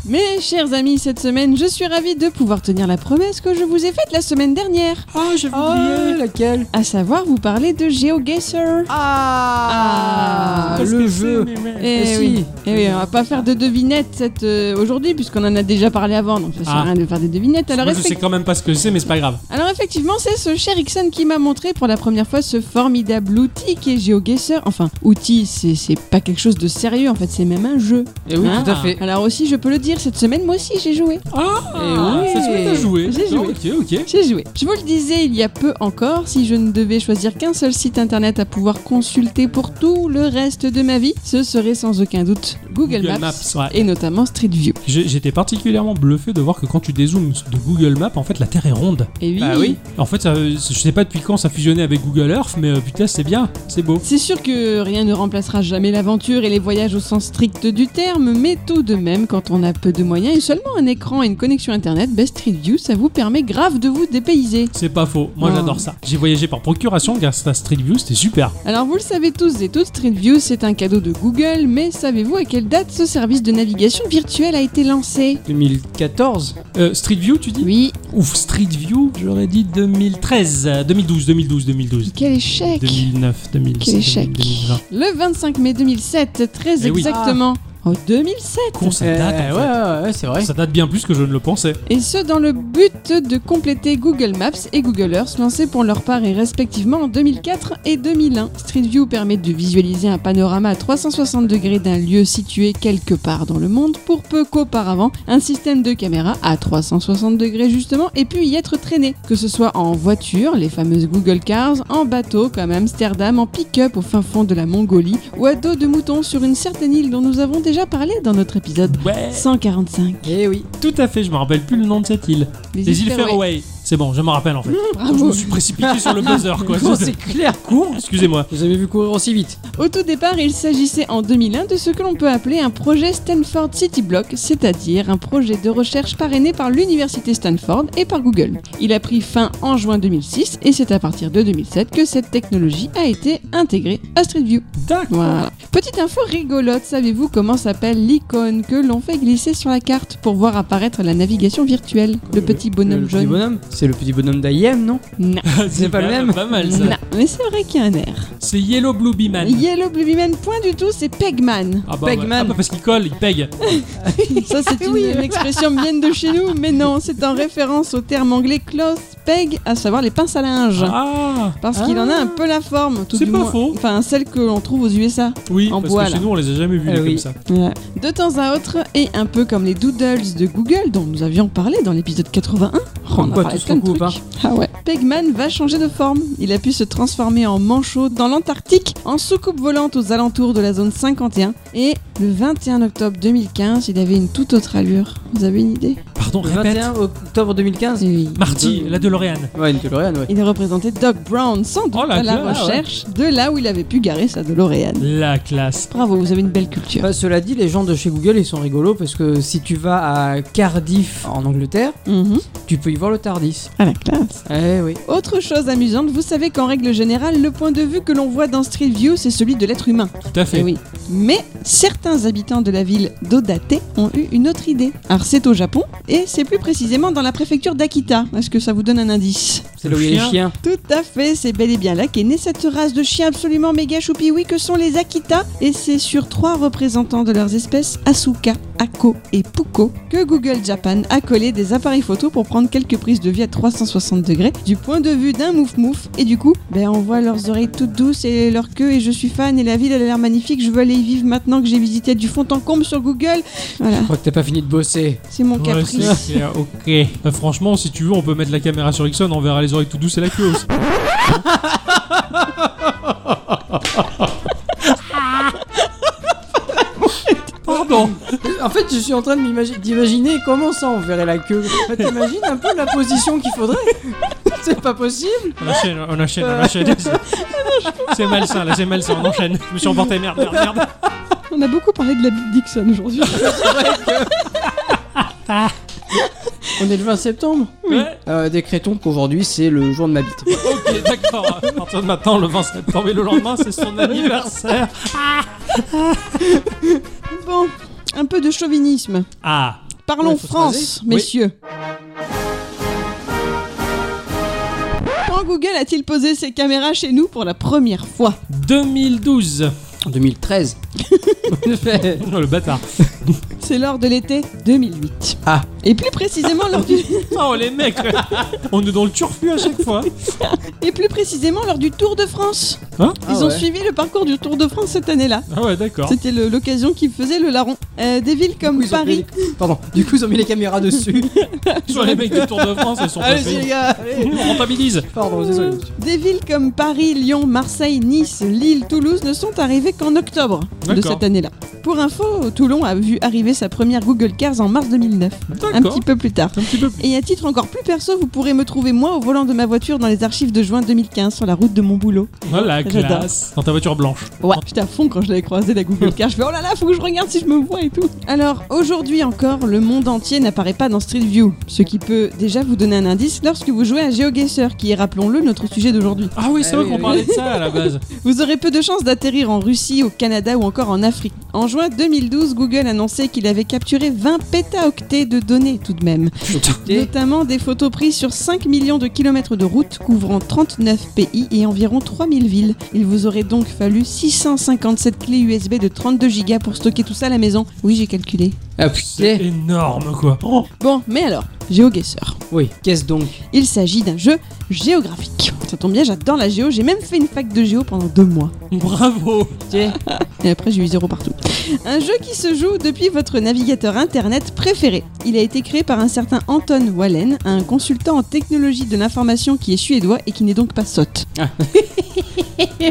Mes chers amis, cette semaine, je suis ravie de pouvoir tenir la promesse que je vous ai faite la semaine dernière, Ah, Oh, j'ai oublié. laquelle à savoir vous parler de GeoGuessr. Ah, Qu'est-ce Le jeu Eh si. oui. Eh oui, on va pas faire de devinettes cette, euh, aujourd'hui puisqu'on en a déjà parlé avant, donc ça sert à Ah. rien de faire des devinettes. Alors, Moi, je respect- sais quand même pas ce que c'est, mais c'est pas grave. Alors effectivement, c'est ce cher Ixon qui m'a montré pour la première fois ce formidable outil qui est GeoGuessr. Enfin, outil, c'est c'est pas quelque chose de sérieux en fait, c'est même un jeu. Hein Et Eh oui, Ah. tout à fait. Alors aussi, je peux le dire, cette semaine, moi aussi, j'ai joué. Ah, Eh oui. c'est ce que t'as joué. J'ai Non, Ok, ok. J'ai joué. Je vous le disais il y a peu encore, si je ne devais choisir qu'un seul site internet à pouvoir consulter pour tout le reste de ma vie, ce serait sans aucun doute Google, Google Maps, Maps, ouais. et notamment Street View. J'ai- J'étais particulièrement bluffé de voir que quand tu dézoomes de Google Maps, en fait, la Terre est ronde. Et oui, Bah oui. En fait, ça- je sais pas depuis quand ça fusionnait avec Google Earth, mais euh, putain, c'est bien, c'est beau. C'est sûr que rien ne remplacera jamais l'aventure et les voyages au sens strict du terme, mais tout de même, quand on a peu de moyens et seulement un écran et une connexion internet, Best Street View, ça vous permet grave de vous dépayser. C'est pas faux. Moi, Oh. j'adore ça. J'ai voyagé par procuration grâce à Street View, c'était super. Alors vous le savez tous et toutes, Street View, c'est un cadeau de Google, mais savez-vous à quelle date ce service de navigation virtuelle a été lancé 2014 Euh, Street View, tu dis Oui, Ouf, Street View, j'aurais dit 2013, euh, 2012, 2012, 2012. quel échec 2009, 2010, Quel échec 2020. Le 25 mai 2007, très Eh oui. Ah. exactement. Oh, En 2007 Con, ça date, Eh, en ouais, fait. ouais, ouais, c'est vrai. Ça date bien plus que je ne le pensais. Et ce, dans le but de compléter Google Maps et Google Earth, lancés pour leur part et respectivement en 2004 et 2001. Street View permet de visualiser un panorama à 360 degrés d'un lieu situé quelque part dans le monde, pour peu qu'auparavant, un système de caméra à 360 degrés justement ait pu y être traîné. Que ce soit en voiture, les fameuses Google Cars, en bateau comme Amsterdam, en pick-up au fin fond de la Mongolie, ou à dos de mouton sur une certaine île dont nous avons déjà parlé dans notre épisode Ouais. 145. Eh oui. Tout à fait, je me rappelle plus le nom de cette île. Les îles Faroé. C'est bon, je me rappelle en fait. Je me Bravo suis précipité sur le buzzer quoi. Non, c'est clair. court, excusez-moi. Vous avez vu courir aussi vite. Au tout départ, il s'agissait en 2001 de ce que l'on peut appeler un projet Stanford City Block, c'est-à-dire un projet de recherche parrainé par l'université Stanford et par Google. Il a pris fin en juin 2006 et c'est à partir de 2007 que cette technologie a été intégrée à Street View. D'accord. Voilà. Petite info rigolote, savez-vous comment s'appelle l'icône que l'on fait glisser sur la carte pour voir apparaître la navigation virtuelle Le petit bonhomme Le petit jaune. bonhomme. C'est le petit bonhomme d'IM, non Non. C'est pas le même Pas mal ça. Non, mais c'est vrai qu'il y a un air. C'est Yellow Blue Bee Man. Yellow Baby Man, point du tout, c'est Pegman. Ah bah, Pegman. ouais. Ah bah parce qu'il colle, il pègue. Ça, c'est une, une expression bien de chez nous, mais non, c'est en référence au terme anglais cloth peg, à savoir les pinces à linge. Ah Parce qu'il en a un peu la forme, tout C'est du pas moins. faux. Enfin, celle que l'on trouve aux USA. oui, En parce bois, que chez là. nous on les a jamais vus Ah les oui. comme ça. Voilà. De temps à autre, et un peu comme les doodles de Google dont nous avions parlé dans l'épisode 81. Oh, on a Quoi, parlé tous de plein de recoupent, trucs. Ah ouais. Pegman va changer de forme. Il a pu se transformer en manchot dans l'Antarctique, en soucoupe volante aux alentours de la zone 51. Et le 21 octobre 2015, il avait une toute autre allure. Vous avez une idée Pardon, Le répète. 21 octobre 2015 Oui. Marty, la DeLorean. Ouais, une DeLorean, ouais. Il représentait Doc Brown, sans doute Oh, la à la classe, recherche de là où il avait pu garer sa DeLorean. La classe. Bravo, vous avez une belle culture. Bah, cela dit, les gens de chez Google, ils sont rigolos parce que si tu vas à Cardiff en Angleterre, Mhm. tu peux y voir le Tardis. À la classe. Eh oui. Autre chose amusante, vous savez qu'en règle générale, le point de vue que l'on voit dans Street View, c'est celui de l'être humain. Tout à fait. Eh oui. Mais certains habitants de la ville d'Odate ont eu une autre idée. Alors c'est au Japon, et c'est plus précisément dans la préfecture d'Akita. Est-ce que ça vous donne un indice C'est là où il y a les chiens. Tout à fait, c'est bel et bien là qu'est née cette race de chiens absolument méga choupi-oui que sont les Akita, et c'est sur trois représentants de leurs espèces, Asuka, Ako et Puko, que Google Japan a collé des appareils photo pour prendre quelques prises de vue à 360 degrés du point de vue d'un mouf-mouf, et du coup, ben on voit leurs oreilles toutes douces et leur queue, et je suis fan, et la ville elle a l'air magnifique, je veux aller y vivre maintenant que j'ai visité du fond en comble sur Google. Voilà, Je crois que t'as pas fini de bosser. c'est mon Ouais, caprice. c'est clair, ok. Bah, franchement, si tu veux, on peut mettre la caméra sur Ixon, on verra les oreilles tout douces et la queue aussi. Pardon. En fait, je suis en train de m'imagi- d'imaginer comment ça on verrait la queue. Bah, T'imagines un peu la position qu'il faudrait C'est pas possible On enchaîne, on enchaîne, on enchaîne. Ah, C'est malsain, là, c'est malsain, on enchaîne. Je me suis emporté, merde, merde, merde. On a beaucoup parlé de la Bill Dixon aujourd'hui. On est le 20 septembre Ouais, euh, Décrétons qu'aujourd'hui c'est le jour de ma bite. ok, d'accord. À partir de maintenant, le 20 septembre et le lendemain, c'est son anniversaire. Bon, un peu de chauvinisme. Ah, Parlons Ouais, faut se France, raser. messieurs. Quand Google a-t-il posé ses caméras chez nous pour la première fois 2012. En 2013. Oh, le bâtard. C'est lors de l'été 2008. Ah. Et plus précisément lors du Oh, les mecs, on est dans le turfu à chaque fois. et plus précisément lors du Tour de France. Hein Ils Ah ont ouais. suivi le parcours du Tour de France cette année-là. Ah ouais, d'accord. C'était le- l'occasion qui faisait le larron. Euh, des villes comme Du coup, ils ont Paris. mis les- Pardon, du coup ils ont mis les caméras dessus. Sur les mecs du Tour de France, ils sont pas Allez-y les payés. gars, allez. On rentabilise. Pardon, désolé. Des villes comme Paris, Lyon, Marseille, Nice, Lille, Toulouse ne sont arrivées qu'en octobre de D'accord. cette année-là. Pour info, Toulon a vu arriver sa première Google Cars en mars 2009, un D'accord. petit peu plus tard. Un petit peu plus. Et à titre encore plus perso, vous pourrez me trouver moi au volant de ma voiture dans les archives de juin 2015 sur la route de mon boulot. Voilà, J'adore. classe. Dans ta voiture blanche. Ouais. J'étais à fond quand je l'avais croisé la Google Car. Je fais oh là là, faut que je regarde si je me vois et tout. Alors aujourd'hui encore, le monde entier n'apparaît pas dans Street View, ce qui peut déjà vous donner un indice lorsque vous jouez à GeoGuessr, qui est rappelons-le notre sujet d'aujourd'hui. Ah oui, c'est Ah vrai oui, qu'on oui. parlait de ça à la base. Vous aurez peu de chances d'atterrir en Russie, au Canada ou encore en Afrique. En juin 2012, Google annonçait qu'il avait capturé 20 pétaoctets de données tout de même, Et- notamment des photos prises sur 5 millions de kilomètres de routes couvrant 39 pays et environ 3000 villes. Il vous aurait donc fallu 657 clés USB de 32 Go pour stocker tout ça à la maison. Oui, j'ai calculé. Ah C'est putain. énorme, quoi. Oh, Bon, mais alors, GeoGuessr. Oui, qu'est-ce donc Il s'agit d'un jeu géographique. Ça tombe bien, j'adore la géo, j'ai même fait une fac de géo pendant deux mois. bravo. Tiens. Et après, j'ai eu zéro partout. Un jeu qui se joue depuis votre navigateur internet préféré. Il a été créé par un certain Anton Wallen, un consultant en technologie de l'information qui est suédois et qui n'est donc pas sotte.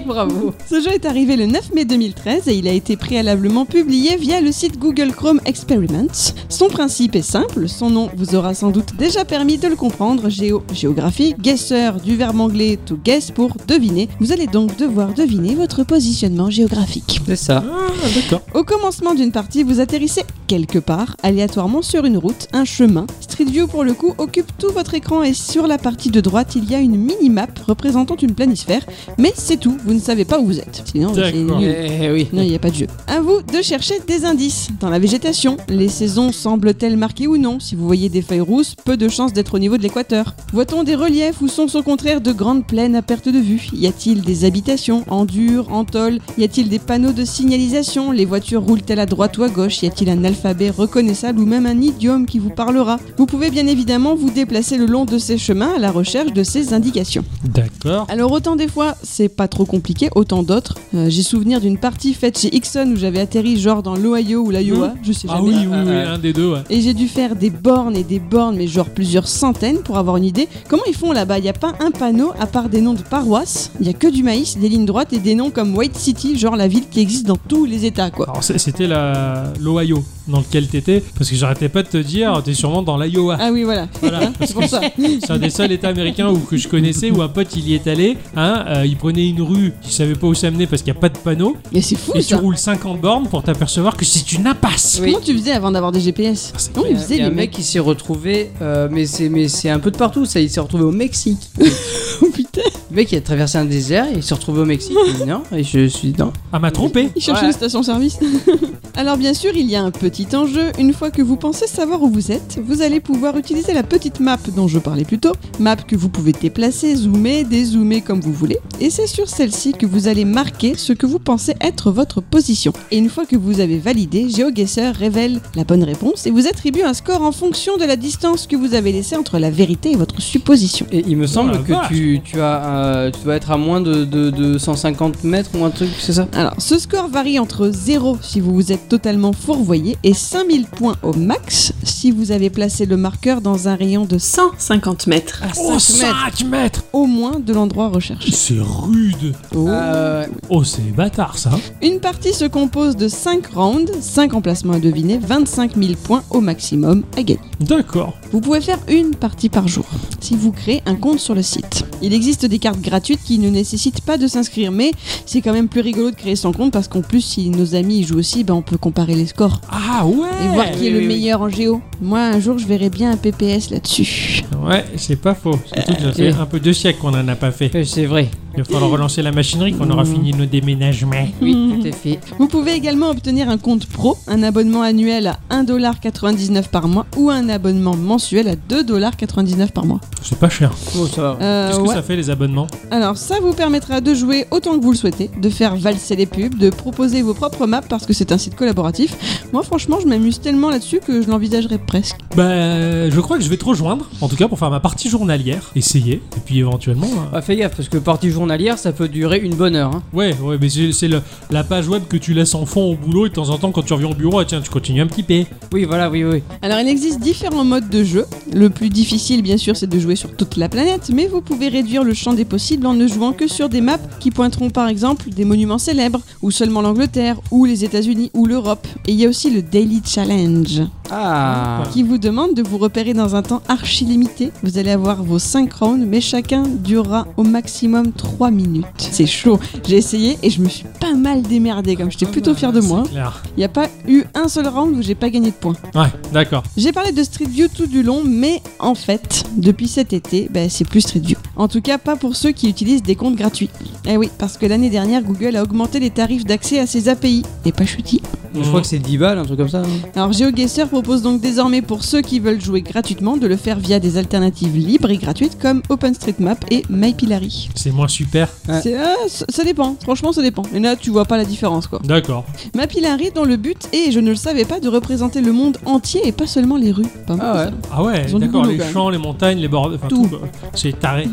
Bravo. Ce jeu est arrivé le 9 mai 2013 et il a été préalablement publié via le site Google Chrome Experiments. Son principe est simple, son nom vous aura sans doute déjà permis de le comprendre, géo, géographie, guesseur, du verbe anglais to guess pour deviner. Vous allez donc devoir deviner votre positionnement géographique. C'est ça. Ah, d'accord. Au commencement d'une partie, vous atterrissez quelque part, aléatoirement sur une route, un chemin. Street View pour le coup occupe tout votre écran et sur la partie de droite il y a une mini-map représentant une planisphère, mais c'est tout, vous ne savez pas où vous êtes. Sinon c'est D'accord. nul. Eh oui. Non, il n'y a pas de jeu. À vous de chercher des indices. Dans la végétation, les saisons semblent-elles marquées ou non Si vous voyez des feuilles rousses, peu de chances d'être au niveau de l'équateur. Voit-on des reliefs ou sont au contraire de grandes plaines à perte de vue Y a-t-il des habitations En dur, en tôle Y a-t-il des panneaux de signalisation Les voitures roulent-elles à droite ou à gauche Y a-t-il un alphabet reconnaissable ou même un idiome qui vous parlera Vous pouvez bien évidemment vous déplacer le long de ces chemins à la recherche de ces indications. D'accord. Alors autant des fois c'est pas trop compliqué, autant d'autres. Euh, j'ai souvenir d'une partie faite chez Ixon où j'avais atterri genre dans l'Ohio ou l'Iowa, je sais Ah jamais. oui, oui, oui, Hmm. Ah, ah. un des deux, ouais. Et j'ai dû faire des bornes et des bornes, mais genre plusieurs centaines pour avoir une idée. Comment ils font là-bas Il n'y a pas un panneau à part des noms de paroisses, il n'y a que du maïs, des lignes droites et des noms comme White City, genre la ville qui existe dans tous les états quoi. Alors c'est- c'était la- l'Ohio dans lequel t'étais, parce que j'arrêtais pas de te dire, t'es sûrement dans l'Iowa. Ah oui voilà, Voilà, c'est pour ça. c'est un des seuls États américains où que je connaissais où un pote il y est allé. Hein, euh, il prenait une rue, il savait pas où s'amener parce qu'il y a pas de panneau, Mais c'est fou et tu ça. roules 50 bornes pour t'apercevoir que c'est une impasse. Comment tu faisais avant d'avoir des GPS Ah, c'est Non, Il ils faisaient y a un les mec mecs. qui s'est retrouvé, euh, mais c'est mais c'est un peu de partout. Ça, il s'est retrouvé au Mexique. Oh putain, Le mec, il a traversé un désert, il s'est retrouvé au Mexique. Il dit non, et je suis dedans. Ah m'a trompé. Il cherche Ouais. une station-service. Alors bien sûr, il y a un petit enjeu. Une fois que vous pensez savoir où vous êtes, vous allez pouvoir utiliser la petite map dont je parlais plus tôt. Map que vous pouvez déplacer, zoomer, dézoomer comme vous voulez. Et c'est sur celle-ci que vous allez marquer ce que vous pensez être votre position. Et une fois que vous avez validé, GeoGuessr révèle la bonne réponse et vous attribue un score en fonction de la distance que vous avez laissée entre la vérité et votre supposition. Et il me semble Oh la que vache. tu, tu as euh, tu dois être à moins de, de, de 150 mètres ou un truc, c'est ça Alors, ce score varie entre 0 si vous vous êtes totalement fourvoyé et 5000 points au max si vous avez placé le marqueur dans un rayon de 150 mètres. Oh 5 mètres au moins de l'endroit recherché. C'est rude Euh, Oh c'est bâtard ça Une partie se compose de 5 rounds, 5 emplacements à deviner, 25 000 points au maximum à gagner. D'accord. Vous pouvez faire une partie par jour si vous créez un compte sur le site. Il existe des cartes gratuites qui ne nécessitent pas de s'inscrire, mais c'est quand même plus rigolo de créer son compte parce qu'en plus, si nos amis y jouent aussi, ben, on peut comparer les scores. Ah ouais et voir qui oui, est le oui, oui. meilleur en géo. Moi, un jour, je verrai bien un PPS là-dessus. Ouais, c'est pas faux. Surtout que ça fait Euh, oui. un peu deux siècles qu'on en a pas fait. euh, c'est vrai. Il va falloir relancer la machinerie qu'on aura fini nos déménagements. Oui, tout à fait. Vous pouvez également obtenir un compte pro, un abonnement annuel à 1,99$ par mois ou un abonnement mensuel à 2,99$ par mois. C'est pas cher. Oh, ça va. Euh, Qu'est-ce que ouais. ça fait les abonnements Alors ça vous permettra de jouer autant que vous le souhaitez, de faire valser les pubs, de proposer vos propres maps parce que c'est un site collaboratif. Moi franchement je m'amuse tellement là-dessus que je l'envisagerais presque. Bah, je crois que je vais te rejoindre, en tout cas pour faire ma partie journalière, essayer, et puis éventuellement. euh, Ah, fais gaffe, parce que partie journalière, ça peut durer une bonne heure. hein. Ouais, ouais, mais c'est c'est le- la page web que tu laisses en fond au boulot, et de temps en temps quand tu reviens au bureau, ah, tiens, tu continues un petit peu. Oui, voilà, oui, oui. Alors il existe différents modes de jeu. Le plus difficile bien sûr c'est de jouer sur toute la planète, mais vous pouvez réduire le champ des possibles en ne jouant que sur des maps qui pointeront par exemple des monuments célèbres, ou seulement l'Angleterre, ou les États-Unis, ou l'Europe. Et il y a aussi le Daily Challenge, Ah, qui vous demande de vous repérer dans un temps archi limité. Vous allez avoir vos 5 rounds, mais chacun durera au maximum 3 minutes. C'est chaud, j'ai essayé et je me suis pas mal démerdé comme j'étais plutôt fier de moi. C'est clair. Il n'y a pas eu un seul round où j'ai pas gagné de points. Ouais, d'accord. J'ai parlé de Street View tout du long, mais en fait, depuis cet été, bah, c'est plus Street View. En tout cas, pas pour ceux qui utilisent des comptes gratuits. Eh oui, parce que l'année dernière, Google a augmenté les tarifs d'accès à ses API. Et pas chutis. je crois que c'est 10 balles, un truc comme ça. hein. Alors GeoGuessr propose donc désormais pour ceux qui veulent jouer gratuitement de le faire via des alternatives libres et gratuites comme OpenStreetMap et MyPilary. C'est moins super. Ouais. C'est- ah, ça ça dépend, franchement ça dépend. Et là tu vois pas la différence quoi. D'accord. MyPilary dont le but est, je ne le savais pas, de représenter le monde entier et pas seulement les rues. Pas mal, Ah ouais. ça. Ah ouais, Ils ont du d'accord, boulot, les quand même. champs, les montagnes, les bords. Enfin, Tout. tout. quoi. c'est taré.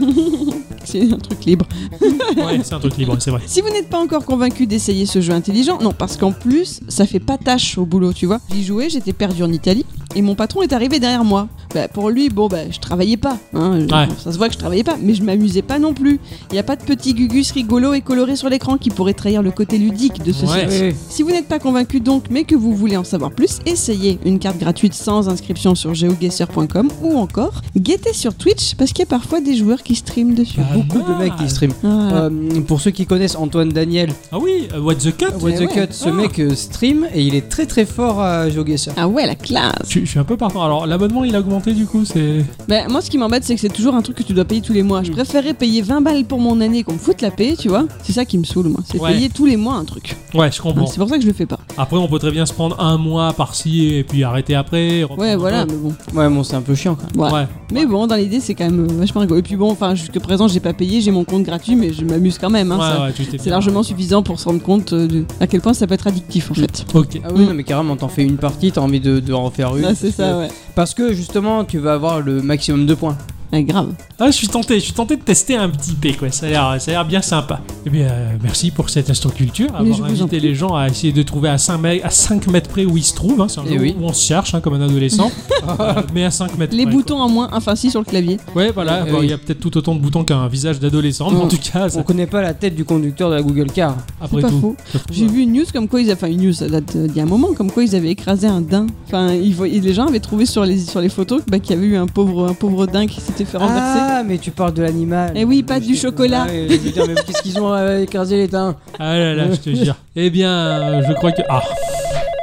C'est un truc libre. ouais, c'est un truc libre, c'est vrai. Si vous n'êtes pas encore convaincu d'essayer ce jeu intelligent, non, parce qu'en plus, ça fait pas tâche au boulot, tu vois. J'y jouais, j'étais perdu en Italie, et mon patron est arrivé derrière moi. bah, pour lui, bon, bah, je travaillais pas. hein. Je- Ouais. bon, ça se voit que je travaillais pas, mais je m'amusais pas non plus. Il n'y a pas de petit gugus rigolo et coloré sur l'écran qui pourrait trahir le côté ludique de ce Ouais. site. Si vous n'êtes pas convaincu donc, mais que vous voulez en savoir plus, essayez une carte gratuite sans inscription sur geoguessr.com ou encore guettez sur Twitch parce qu'il y a parfois des joueurs qui streament dessus. Bah, Beaucoup de mecs qui stream. Ah. Euh, pour ceux qui connaissent Antoine Daniel, Ah oui, euh, What the Cut What the ouais. Cut, ce Ah. mec euh, stream et il est très très fort à GeoGuessr. Ah ouais, la classe je, suis- je suis un peu partant. Alors, l'abonnement, il a augmenté du coup, c'est. Bah, moi, ce qui m'embête, c'est que c'est toujours un truc que tu dois payer tous les mois. Je préférais payer 20 balles pour mon année qu'on me foute la paix, tu vois. C'est ça qui me saoule, moi. C'est Ouais. payer tous les mois un truc. Ouais, je Hein, comprends. C'est pour ça que je le fais pas. Après, on peut très bien se prendre un mois par-ci et puis arrêter après. reprendre Ouais, un voilà, autre. mais bon. Ouais, bon, c'est un peu chiant quand même. voilà. Ouais. Mais bon, dans l'idée, c'est quand même euh, vachement rigolo. Et puis bon, enfin, jusque présent, j'ai pas payé, j'ai mon compte gratuit, mais je m'amuse quand même. hein, Ouais, ça- ouais, tu t'es C'est bien. largement suffisant pour se rendre compte euh, de à quel point ça peut être addictif en fait. Ok. Ah oui, Mm. non, mais carrément, t'en fais une partie, t'as envie de, de en faire une. Ah, c'est ça, ouais. Parce que justement, tu vas avoir le maximum de points. Ah, grave. Ah, je suis tenté, je suis tenté de tester un petit P, quoi. Ça a l'air, ça a l'air bien sympa. Eh bien, euh, merci pour cette astroculture, Mais je avoir vous en invité prie. les gens à essayer de trouver à 5, à 5 mètres près où ils se trouvent. hein. C'est un Eh jeu oui. où on se cherche, hein, comme un adolescent, Euh, mais à 5 mètres Les près, boutons en moins, enfin si sur le clavier. quoi. Ouais, voilà, Eh bon, il oui. y a peut-être tout autant de boutons qu'un visage d'adolescent, mais en Mm. tout cas, ça- On connaît pas la tête du conducteur de la Google Car. après C'est pas tout. faux. ça trouve, J'ai euh, vu une news comme quoi ils avaient, enfin une news ça date euh, d'il y a un moment, comme quoi ils avaient écrasé un daim. Enfin, ils voyaient- les gens avaient trouvé sur les sur les photos bah, qu'il y avait eu un pauvre un pauvre daim qui s'était fait renverser. Ah, mais tu parles de l'animal. Eh oui, pas du chocolat. Ah oui, je veux dire, mais qu'est-ce qu'ils ont euh, écrasé les dents Ah là là, je te jure. Eh bien, euh, je crois que. Ah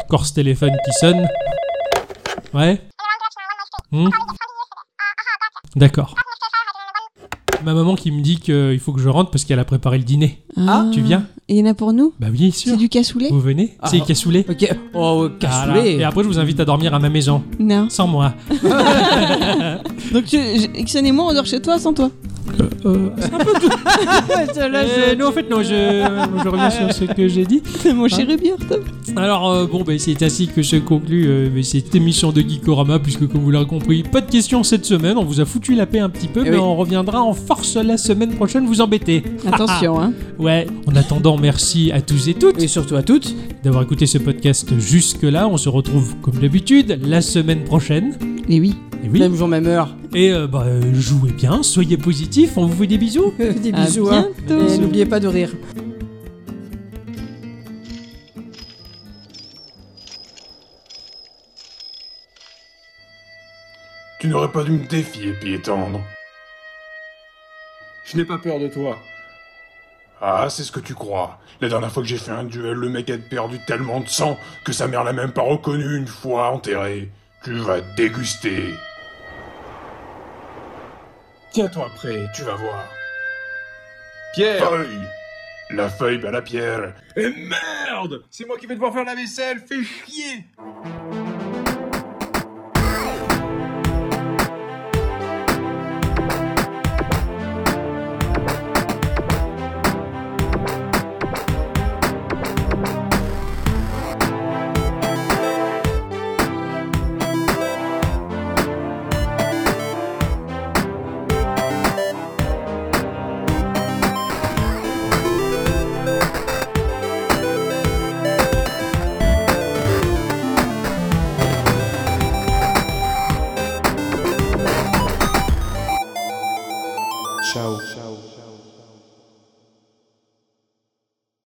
Encore ce téléphone qui sonne. Ouais Hmm D'accord. Ma maman qui me dit qu'il faut que je rentre parce qu'elle a préparé le dîner. Ah, tu viens Et il y en a pour nous Bah oui, C'est sûr. du cassoulet Vous venez Ah. C'est cassoulet Ok. Oh, ouais, Ah, Voilà. cassoulet. Et après, je vous invite à dormir à ma maison. Non. Sans moi. Donc tu, je- Ixon et moi on dort chez toi sans toi. Là, Euh, Eh, je- non, en fait, non, je, je reviens sur ce que j'ai dit. Mon Ah. chéri Bert. Alors euh, bon ben c'est ainsi que se conclut euh, mais cette émission de Geekorama puisque comme vous l'avez compris, pas de questions cette semaine, on vous a foutu la paix un petit peu Eh mais oui. on reviendra en force la semaine prochaine vous embêter. Attention hein. Ouais, en attendant merci à tous et toutes Et surtout à toutes. d'avoir écouté ce podcast jusque là, on se retrouve comme d'habitude la semaine prochaine. Et Eh oui. Et oui. Même jour, même heure. Et euh, bah, euh, jouez bien, soyez positifs, on vous fait des bisous. Des À bisous. hein. Ah, bientôt. Et n'oubliez pas de rire. Tu n'aurais pas dû me défier, pied tendre. Je n'ai pas peur de toi. Ah, c'est ce que tu crois. La dernière fois que j'ai fait un duel, le mec a perdu tellement de sang que sa mère l'a même pas reconnu une fois enterré. Tu vas te déguster. Tiens-toi prêt, tu vas voir. Pierre Feuille La feuille, bah la pierre. Eh merde C'est moi qui vais devoir faire la vaisselle, fais chier Ciao.